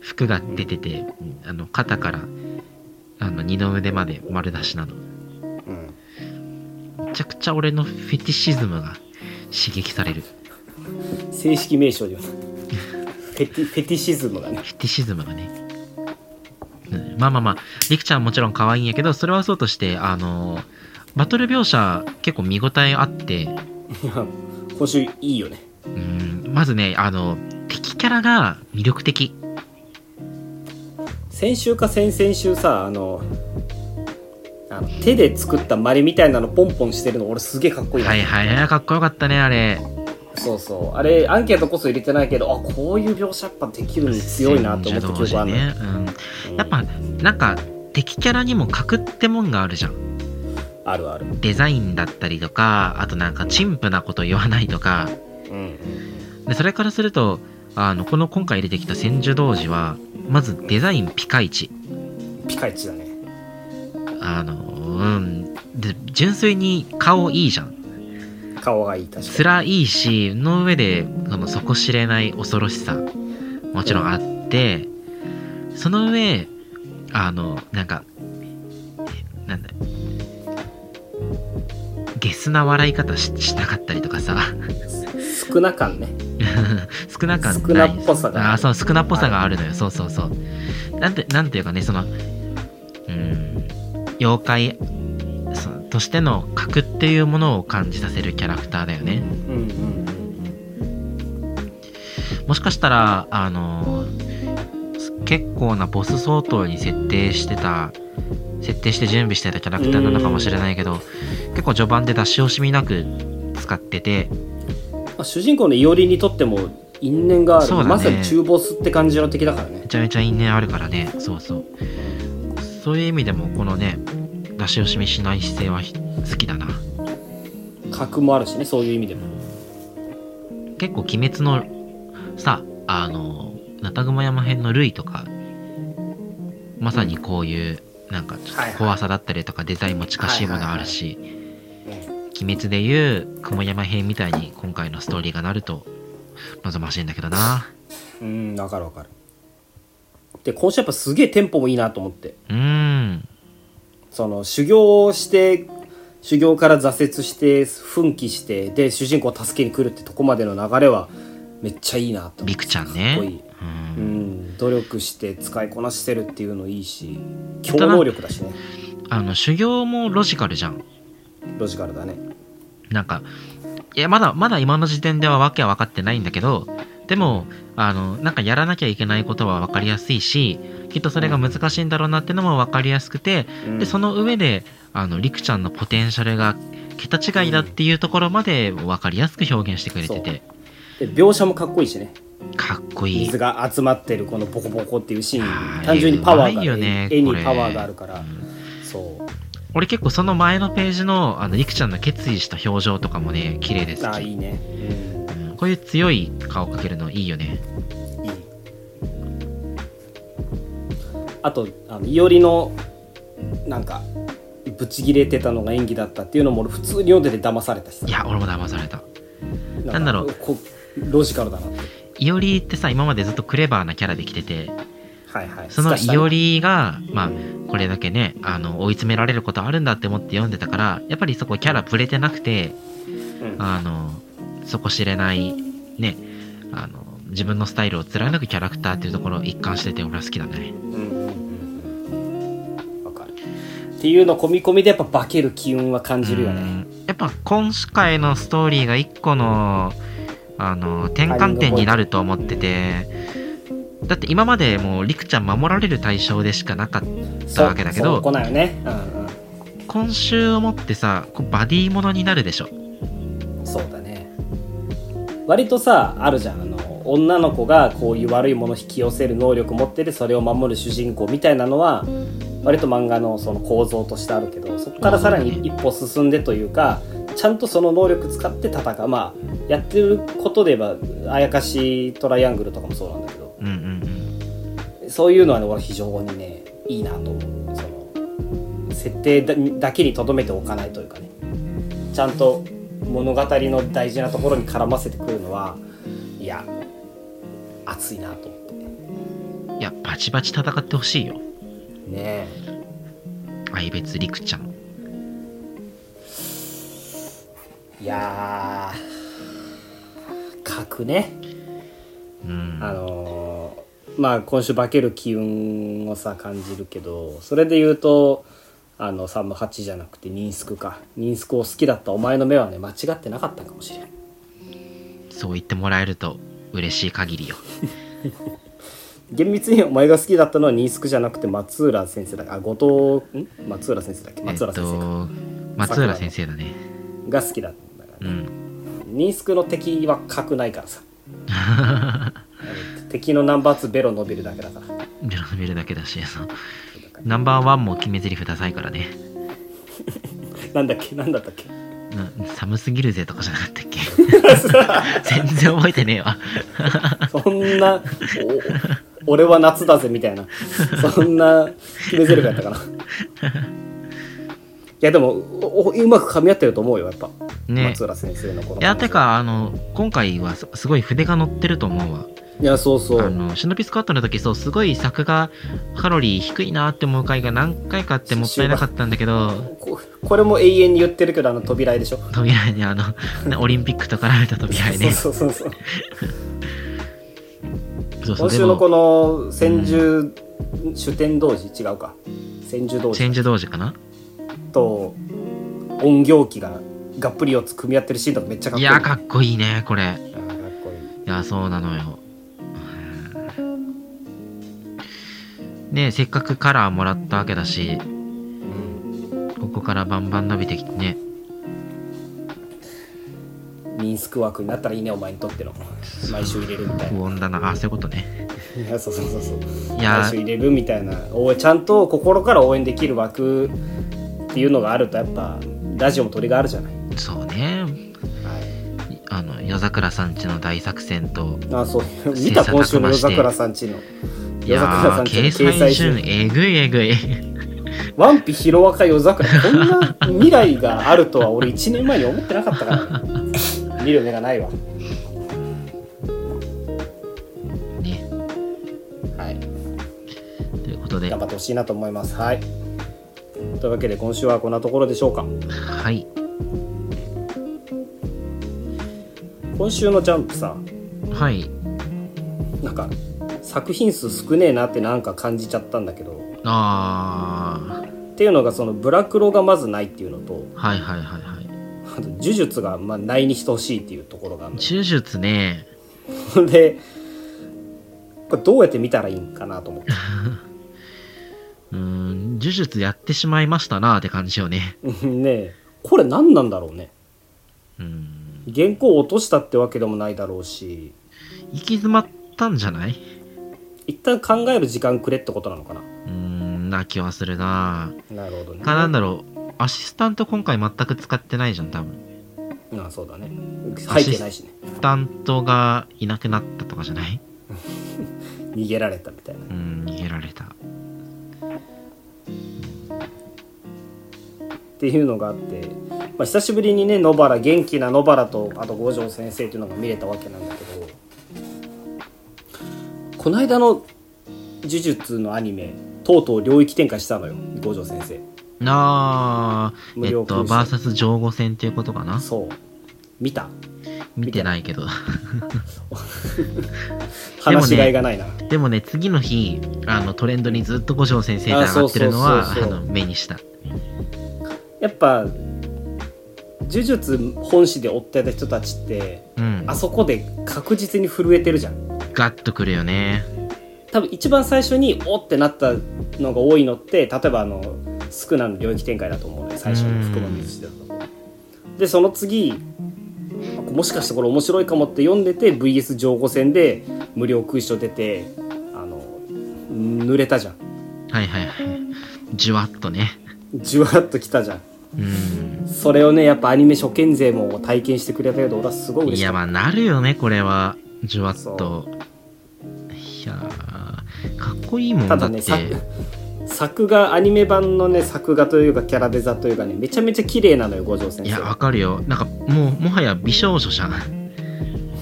Speaker 1: 服が出てて、あの肩からあの二の腕まで丸出しなの
Speaker 2: うん。
Speaker 1: めちゃくちゃ俺のフェティシズムが刺激されるフ
Speaker 2: 正式名称で はない。フェティフェティシズムがね。
Speaker 1: ェティシズムがね、うんまあまあまありくちゃんはもちろん可愛いんやけどそれはそうとしてあのバトル描写結構見応えあって
Speaker 2: いや今週いいよね。
Speaker 1: うんまずねあの敵キャラが魅力的
Speaker 2: 先週か先々週さあのあの手で作ったマリみたいなのポンポンしてるの俺すげえかっこいいな、
Speaker 1: はいはいはいかっこよかったねあれ
Speaker 2: そうそうあれアンケートこそ入れてないけどあこういう描写やっぱできるの強いなと思った記憶ある、
Speaker 1: ね、うん、やっぱなんか敵キャラにも格ってもんがあるじゃん
Speaker 2: うんあるある
Speaker 1: デザインだったりとかあとなんか陳腐なこと言わないとか
Speaker 2: うん
Speaker 1: でそれからするとあのこの今回出てきた千住童子はまずデザインピカイチ
Speaker 2: ピカイチだね
Speaker 1: あのうんで純粋に顔いいじゃん
Speaker 2: 顔がいい確か
Speaker 1: 面いいしの上であの底知れない恐ろしさもちろんあってその上あのなんかえなんだゲスな笑い方ししたかったりとかさ
Speaker 2: に少な感ね
Speaker 1: 少なかった
Speaker 2: 少なっぽさがある
Speaker 1: あそう少なっぽさがあるのよ、そうそうそうなんてなんていうかねそのうん妖怪そとしての格っていうものを感じさせるキャラクターだよね、
Speaker 2: うんうんうん
Speaker 1: もしかしたらあのす結構なボス相当に設定してた設定して準備してたキャラクターなのかもしれないけど結構序盤で出し惜しみなく使ってて
Speaker 2: まあ、主人公のイオリにとっても因縁がある、
Speaker 1: そうだね
Speaker 2: まさに中ボスって感じの敵だからね
Speaker 1: めちゃめちゃ因縁あるからねそうそうそういう意味でもこのね出し惜しみしない姿勢はひ好きだな
Speaker 2: 格もあるしねそういう意味でも
Speaker 1: 結構鬼滅のさあのナタグマ山編のルイとかまさにこういうなんかちょっと怖さだったりとかデザインも近しいものあるし、鬼滅でいう雲山編みたいに今回のストーリーがなると望ましいんだけどな
Speaker 2: うんわかるわかるで今週やっぱすげえテンポもいいなと思って
Speaker 1: うーん
Speaker 2: その修行をして修行から挫折して奮起してで主人公を助けに来るってとこまでの流れはめっちゃいいなと思って
Speaker 1: りくちゃんね
Speaker 2: かっこいいううんん努力して使いこなしてるっていうのいいし強能力だしね
Speaker 1: あの修行もロジカルじゃん
Speaker 2: ロジカルだね
Speaker 1: なんかいやまだまだ今の時点では訳は分かってないんだけどでもあのなんかやらなきゃいけないことは分かりやすいしきっとそれが難しいんだろうなってのも分かりやすくて
Speaker 2: うん
Speaker 1: でその上であのりくちゃんのポテンシャルが桁違いだっていうところまで分かりやすく表現してくれてて
Speaker 2: で描写もかっこいいしね
Speaker 1: かっこいい
Speaker 2: 水が集まってるこのボコボコっていうシー
Speaker 1: あ
Speaker 2: ン
Speaker 1: ー
Speaker 2: 単純にパワー
Speaker 1: うま
Speaker 2: が
Speaker 1: いよね
Speaker 2: 絵に
Speaker 1: これ
Speaker 2: パワーがあるから
Speaker 1: うん
Speaker 2: そう
Speaker 1: 俺結構その前のページのあのりくちゃんの決意した表情とかもね綺麗です
Speaker 2: あーいいね、うん
Speaker 1: うんこういう強い顔かけるのいいよね
Speaker 2: いいあとあのいおりのなんかブチギレてたのが演技だったっていうのも俺普通に読んでて騙されたしさ
Speaker 1: いや俺も騙された
Speaker 2: か
Speaker 1: なんだろう
Speaker 2: こロジカルだなって
Speaker 1: いおりってさ今までずっとクレバーなキャラで来てて
Speaker 2: はいはい
Speaker 1: そのいお
Speaker 2: り
Speaker 1: りがまあこれだけねあの追い詰められることあるんだって思って読んでたからやっぱりそこキャラぶれてなくてあのそこ知れないねあの自分のスタイルを貫くキャラクターっていうところ一貫してて俺は好きだね
Speaker 2: うんうんうんうんわかるっていうの込み込みでやっぱ化ける機運は感じるよ
Speaker 1: う
Speaker 2: ね
Speaker 1: んやっぱ今回のストーリーが一個のあの転換点になると思っててだって今までもうりくちゃん守られる対象でしかなかった
Speaker 2: そう
Speaker 1: わけだけど
Speaker 2: そう来ないよねうん
Speaker 1: 今週をもってさこうバディものになるでしょ
Speaker 2: うんそうだね割とさあるじゃんあの女の子がこういう悪いものを引き寄せる能力持っててそれを守る主人公みたいなのは割と漫画のその構造としてあるけどそこからさらに一歩進んでというかちゃんとその能力使って戦うまあやってることで言えばあやかしトライアングルとかもそうなんだけど
Speaker 1: うんうん
Speaker 2: そういうのはね、俺非常にね、いいなと思う。その、設定だだけに留めておかないというかね。ちゃんと物語の大事なところに絡ませてくるのは、いや、熱いなと思って。ね
Speaker 1: うんいやバチバチ戦ってほしいよ
Speaker 2: え。
Speaker 1: 愛別りくちゃん
Speaker 2: いやー、書くね。
Speaker 1: うん
Speaker 2: あのーまあ今週化ける機運をさ感じるけどそれで言うとあの3の8じゃなくてニンスクかニンスクを好きだったお前の目はね間違ってなかったかもしれない
Speaker 1: そう言ってもらえると嬉しい限りよ
Speaker 2: 厳密にお前が好きだったのはニンスクじゃなくて松浦先生だあ後藤ん松浦先生だっけ松浦先生か、
Speaker 1: えっと、松浦先生だね
Speaker 2: が好きだったから、
Speaker 1: う
Speaker 2: ね
Speaker 1: ん
Speaker 2: ニンスクの敵は角ないから さ敵のナンバー2ベロ伸びるだけだから
Speaker 1: ベロ伸びるだけだしそのナンバーワンも決め台詞ダサいからね、
Speaker 2: なんだっけなんだったっけ
Speaker 1: うん、寒すぎるぜとかじゃなかったっ け全然覚えてねえわ
Speaker 2: そんな、お俺は夏だぜみたいな、そんな決め台詞やったかな。いや、でも、おおうまく噛み合ってると思うよ、やっぱ。
Speaker 1: ね
Speaker 2: 松浦先生のこの。
Speaker 1: いやて。かあの今回はすすごい筆が乗ってると思うわ
Speaker 2: いや、そうそ
Speaker 1: あ
Speaker 2: う。
Speaker 1: のシノピスカットの時そうすごい作画カロリー低いなって思う回が何回かあってもったいなかったんだけど
Speaker 2: ここれも永遠に言ってるけど、あの扉絵でしょ。
Speaker 1: 扉にあの ねオリンピックと絡めた扉にね
Speaker 2: そうそうそうそう。
Speaker 1: そうそう
Speaker 2: 今
Speaker 1: で
Speaker 2: 週のこ
Speaker 1: も
Speaker 2: の千住、主典童子、違うか。千住童
Speaker 1: 千
Speaker 2: 子
Speaker 1: 住童子かな
Speaker 2: と音行機ががっぷり四つ組み合ってるシーンとかめっちゃかっ
Speaker 1: い
Speaker 2: こいい。
Speaker 1: やかっこいいねこれ
Speaker 2: あーかっこいい。
Speaker 1: いやそうなのよねせっかくカラーもらったわけだし
Speaker 2: うん
Speaker 1: ここからバンバン伸びてきてね
Speaker 2: ミンスク枠になったらいいねお前にとっての毎週入れるみたい
Speaker 1: 不
Speaker 2: な
Speaker 1: 穏だなあそういうことね
Speaker 2: いやそうそうそうそう
Speaker 1: いやー
Speaker 2: 毎週入れるみたいな応援ちゃんと心から応援できる枠っていうのがあるとやっぱラジオも鳥があるじゃない、
Speaker 1: そうね
Speaker 2: はい、
Speaker 1: あの夜桜さんちの大作戦と
Speaker 2: あそう
Speaker 1: 切
Speaker 2: 見
Speaker 1: 磋琢磨
Speaker 2: た
Speaker 1: して
Speaker 2: 今週の夜桜さんちの
Speaker 1: い
Speaker 2: 夜桜
Speaker 1: やー
Speaker 2: さんちの
Speaker 1: 掲
Speaker 2: 掲
Speaker 1: 載
Speaker 2: 載順
Speaker 1: 順えぐいえ ぐい
Speaker 2: ワンピヒロアカ夜桜こんな未来があるとは俺1年前に思ってなかったから、ね、 見る目がないわ
Speaker 1: ね
Speaker 2: はい
Speaker 1: ということで
Speaker 2: 頑張ってほしいなと思いますはいというわけで今週はこんなところでしょうか
Speaker 1: はい
Speaker 2: 今週のジャンプさ
Speaker 1: はい
Speaker 2: なんか作品数少ねえなってなんか感じちゃったんだけど
Speaker 1: あー
Speaker 2: っていうのがそのブラクロがまずないっていうのと
Speaker 1: はいはいはいはい
Speaker 2: あと呪術がまあないに等しいっていうところがある
Speaker 1: 手術ね
Speaker 2: のでこれどうやって見たらいいんかなと思って
Speaker 1: うーん呪術やってしまいましたなーって感じよね
Speaker 2: ねえこれ何なんだろうね
Speaker 1: うん
Speaker 2: 原稿落としたってわけでもないだろうし
Speaker 1: 行き詰まったんじゃない
Speaker 2: 一旦考える時間くれってことなのかな
Speaker 1: うーんな気はするな
Speaker 2: なるほどね
Speaker 1: かなんだろうアシスタント今回全く使ってないじゃん多分
Speaker 2: あそうだね入ってないしね
Speaker 1: アシスタントがいなくなったとかじゃない
Speaker 2: 逃げられたみたいな
Speaker 1: うん逃げられた
Speaker 2: っていうのがあって、まあ、久しぶりにね野原元気な野原とあと五条先生というのが見れたわけなんだけどこの間の呪術のアニメとうとう領域展開したのよ五条先生
Speaker 1: ああ
Speaker 2: 無
Speaker 1: え
Speaker 2: 料
Speaker 1: っと
Speaker 2: 空
Speaker 1: バーサ
Speaker 2: 想
Speaker 1: ス上後戦っていうことかな
Speaker 2: そう見た
Speaker 1: 見てないけど
Speaker 2: 話しがいがないな、
Speaker 1: でもね次の日あのトレンドにずっと五条先生で上がってるの
Speaker 2: あ
Speaker 1: は
Speaker 2: そう
Speaker 1: あ
Speaker 2: そうそうそう
Speaker 1: の目にした
Speaker 2: やっぱ呪術本誌で追ってた人たちって
Speaker 1: うん
Speaker 2: あそこで確実に震えてるじゃん
Speaker 1: ガッとくるよね
Speaker 2: 多分一番最初におってなったのが多いのって例えばあのスクナの領域展開だと思うね最初の福間水地だとでその次もしかしてこれ面白いかもって読んでて VS 上後戦で無料空所出てあの濡れたじゃん
Speaker 1: はいはいはいじわっとね
Speaker 2: じわっときたじゃん
Speaker 1: うん
Speaker 2: それをねやっぱアニメ初見勢も体験してくれたようで俺はすごい嬉
Speaker 1: い
Speaker 2: しか
Speaker 1: や
Speaker 2: った
Speaker 1: まあなるよねこれはじわっと
Speaker 2: そ
Speaker 1: いやーかっこいいもんだ
Speaker 2: た
Speaker 1: って
Speaker 2: だね作作画アニメ版のね作画というかキャラデザというかねめちゃめちゃ綺麗なのよ五条先
Speaker 1: いやわ
Speaker 2: 生
Speaker 1: かるよなんかもうもはや美少女じゃん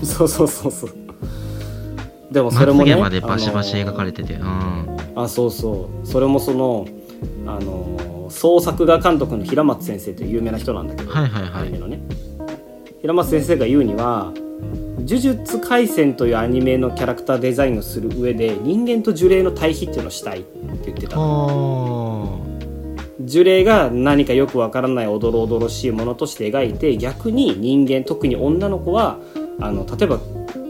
Speaker 2: そうそうそうそうでもそ
Speaker 1: ま
Speaker 2: れ
Speaker 1: つ
Speaker 2: もね
Speaker 1: げまでバシバシ描かれ
Speaker 2: て
Speaker 1: てて、
Speaker 2: あそうそうそれもそのあのー総作画監督の平松先生という有名な人なんだけ
Speaker 1: う
Speaker 2: ど、
Speaker 1: んはいはいは
Speaker 2: アニメ
Speaker 1: い
Speaker 2: のね平松先生が言うには「呪術廻戦」というアニメのキャラクターデザインをする上で人間と呪霊の対比っていうのをしたいって言ってた
Speaker 1: おー
Speaker 2: 呪霊が何かよくわからないおどろおどろしいものとして描いて逆に人間特に女の子はあの例えば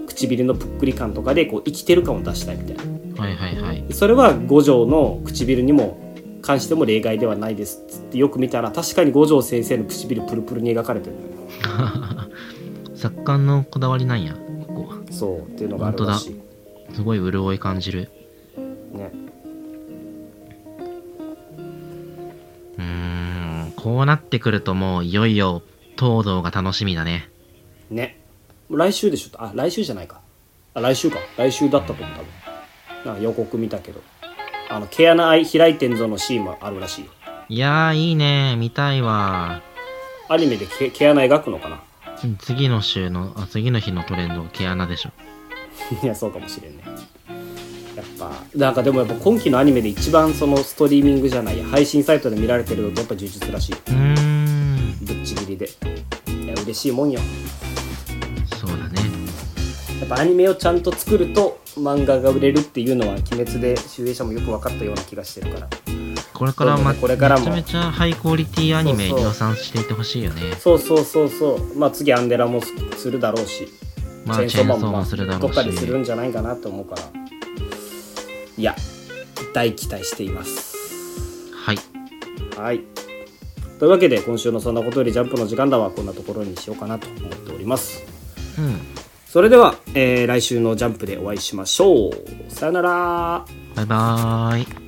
Speaker 2: 唇のぷっくり感とかでこう生きてる感を出したいみたいな
Speaker 1: はいはいはい
Speaker 2: それは五条の唇にも関しても例外ではないですっつってよく見たら確かに五条先生の唇プルプルに描かれてるのよ
Speaker 1: 作家のこだわりなんやここは
Speaker 2: そうっていうのがあるらしい
Speaker 1: すごい潤い感じる
Speaker 2: ね
Speaker 1: うーんこうなってくるともういよいよ東堂が楽しみだね
Speaker 2: ね来週でしょあ来週じゃないかあ来週か来週だったと思う多分なんか予告見たけどあの毛穴開いてんぞのシーンもあるらしいよ
Speaker 1: いやーいいね見たいわ
Speaker 2: アニメで毛毛穴描くのかな
Speaker 1: 次の週のあ次の日のトレンド毛穴でしょ
Speaker 2: いやそうかもしれんねやっぱなんかでもやっぱ今期のアニメで一番そのストリーミングじゃないや配信サイトで見られてるのってやっぱ呪術らしいう
Speaker 1: ーん
Speaker 2: ぶっちぎりでいや嬉しいもんよ
Speaker 1: そうだね
Speaker 2: やっぱアニメをちゃんと作ると漫画が売れるっていうのは鬼滅で集英社もよく分かったような気がしてるから
Speaker 1: これから,、ま
Speaker 2: そうだねこれから
Speaker 1: め
Speaker 2: も
Speaker 1: ちゃめちゃハイクオリティアニメ
Speaker 2: そうそう
Speaker 1: 量産していってほしいよね
Speaker 2: そうそうそうそうまあ次アンデラもすするだろうし
Speaker 1: まあチェーンソーもするだろ
Speaker 2: ど
Speaker 1: う
Speaker 2: っ
Speaker 1: し
Speaker 2: かでするんじゃないかなと思うからいや大期待しています
Speaker 1: はい
Speaker 2: はい。というわけで今週の「そんなことよりジャンプ」の時間だはこんなところにしようかなと思っております。
Speaker 1: うん
Speaker 2: それでは、えー来週のジャンプでお会いしましょう。さよなら。
Speaker 1: バイバーイ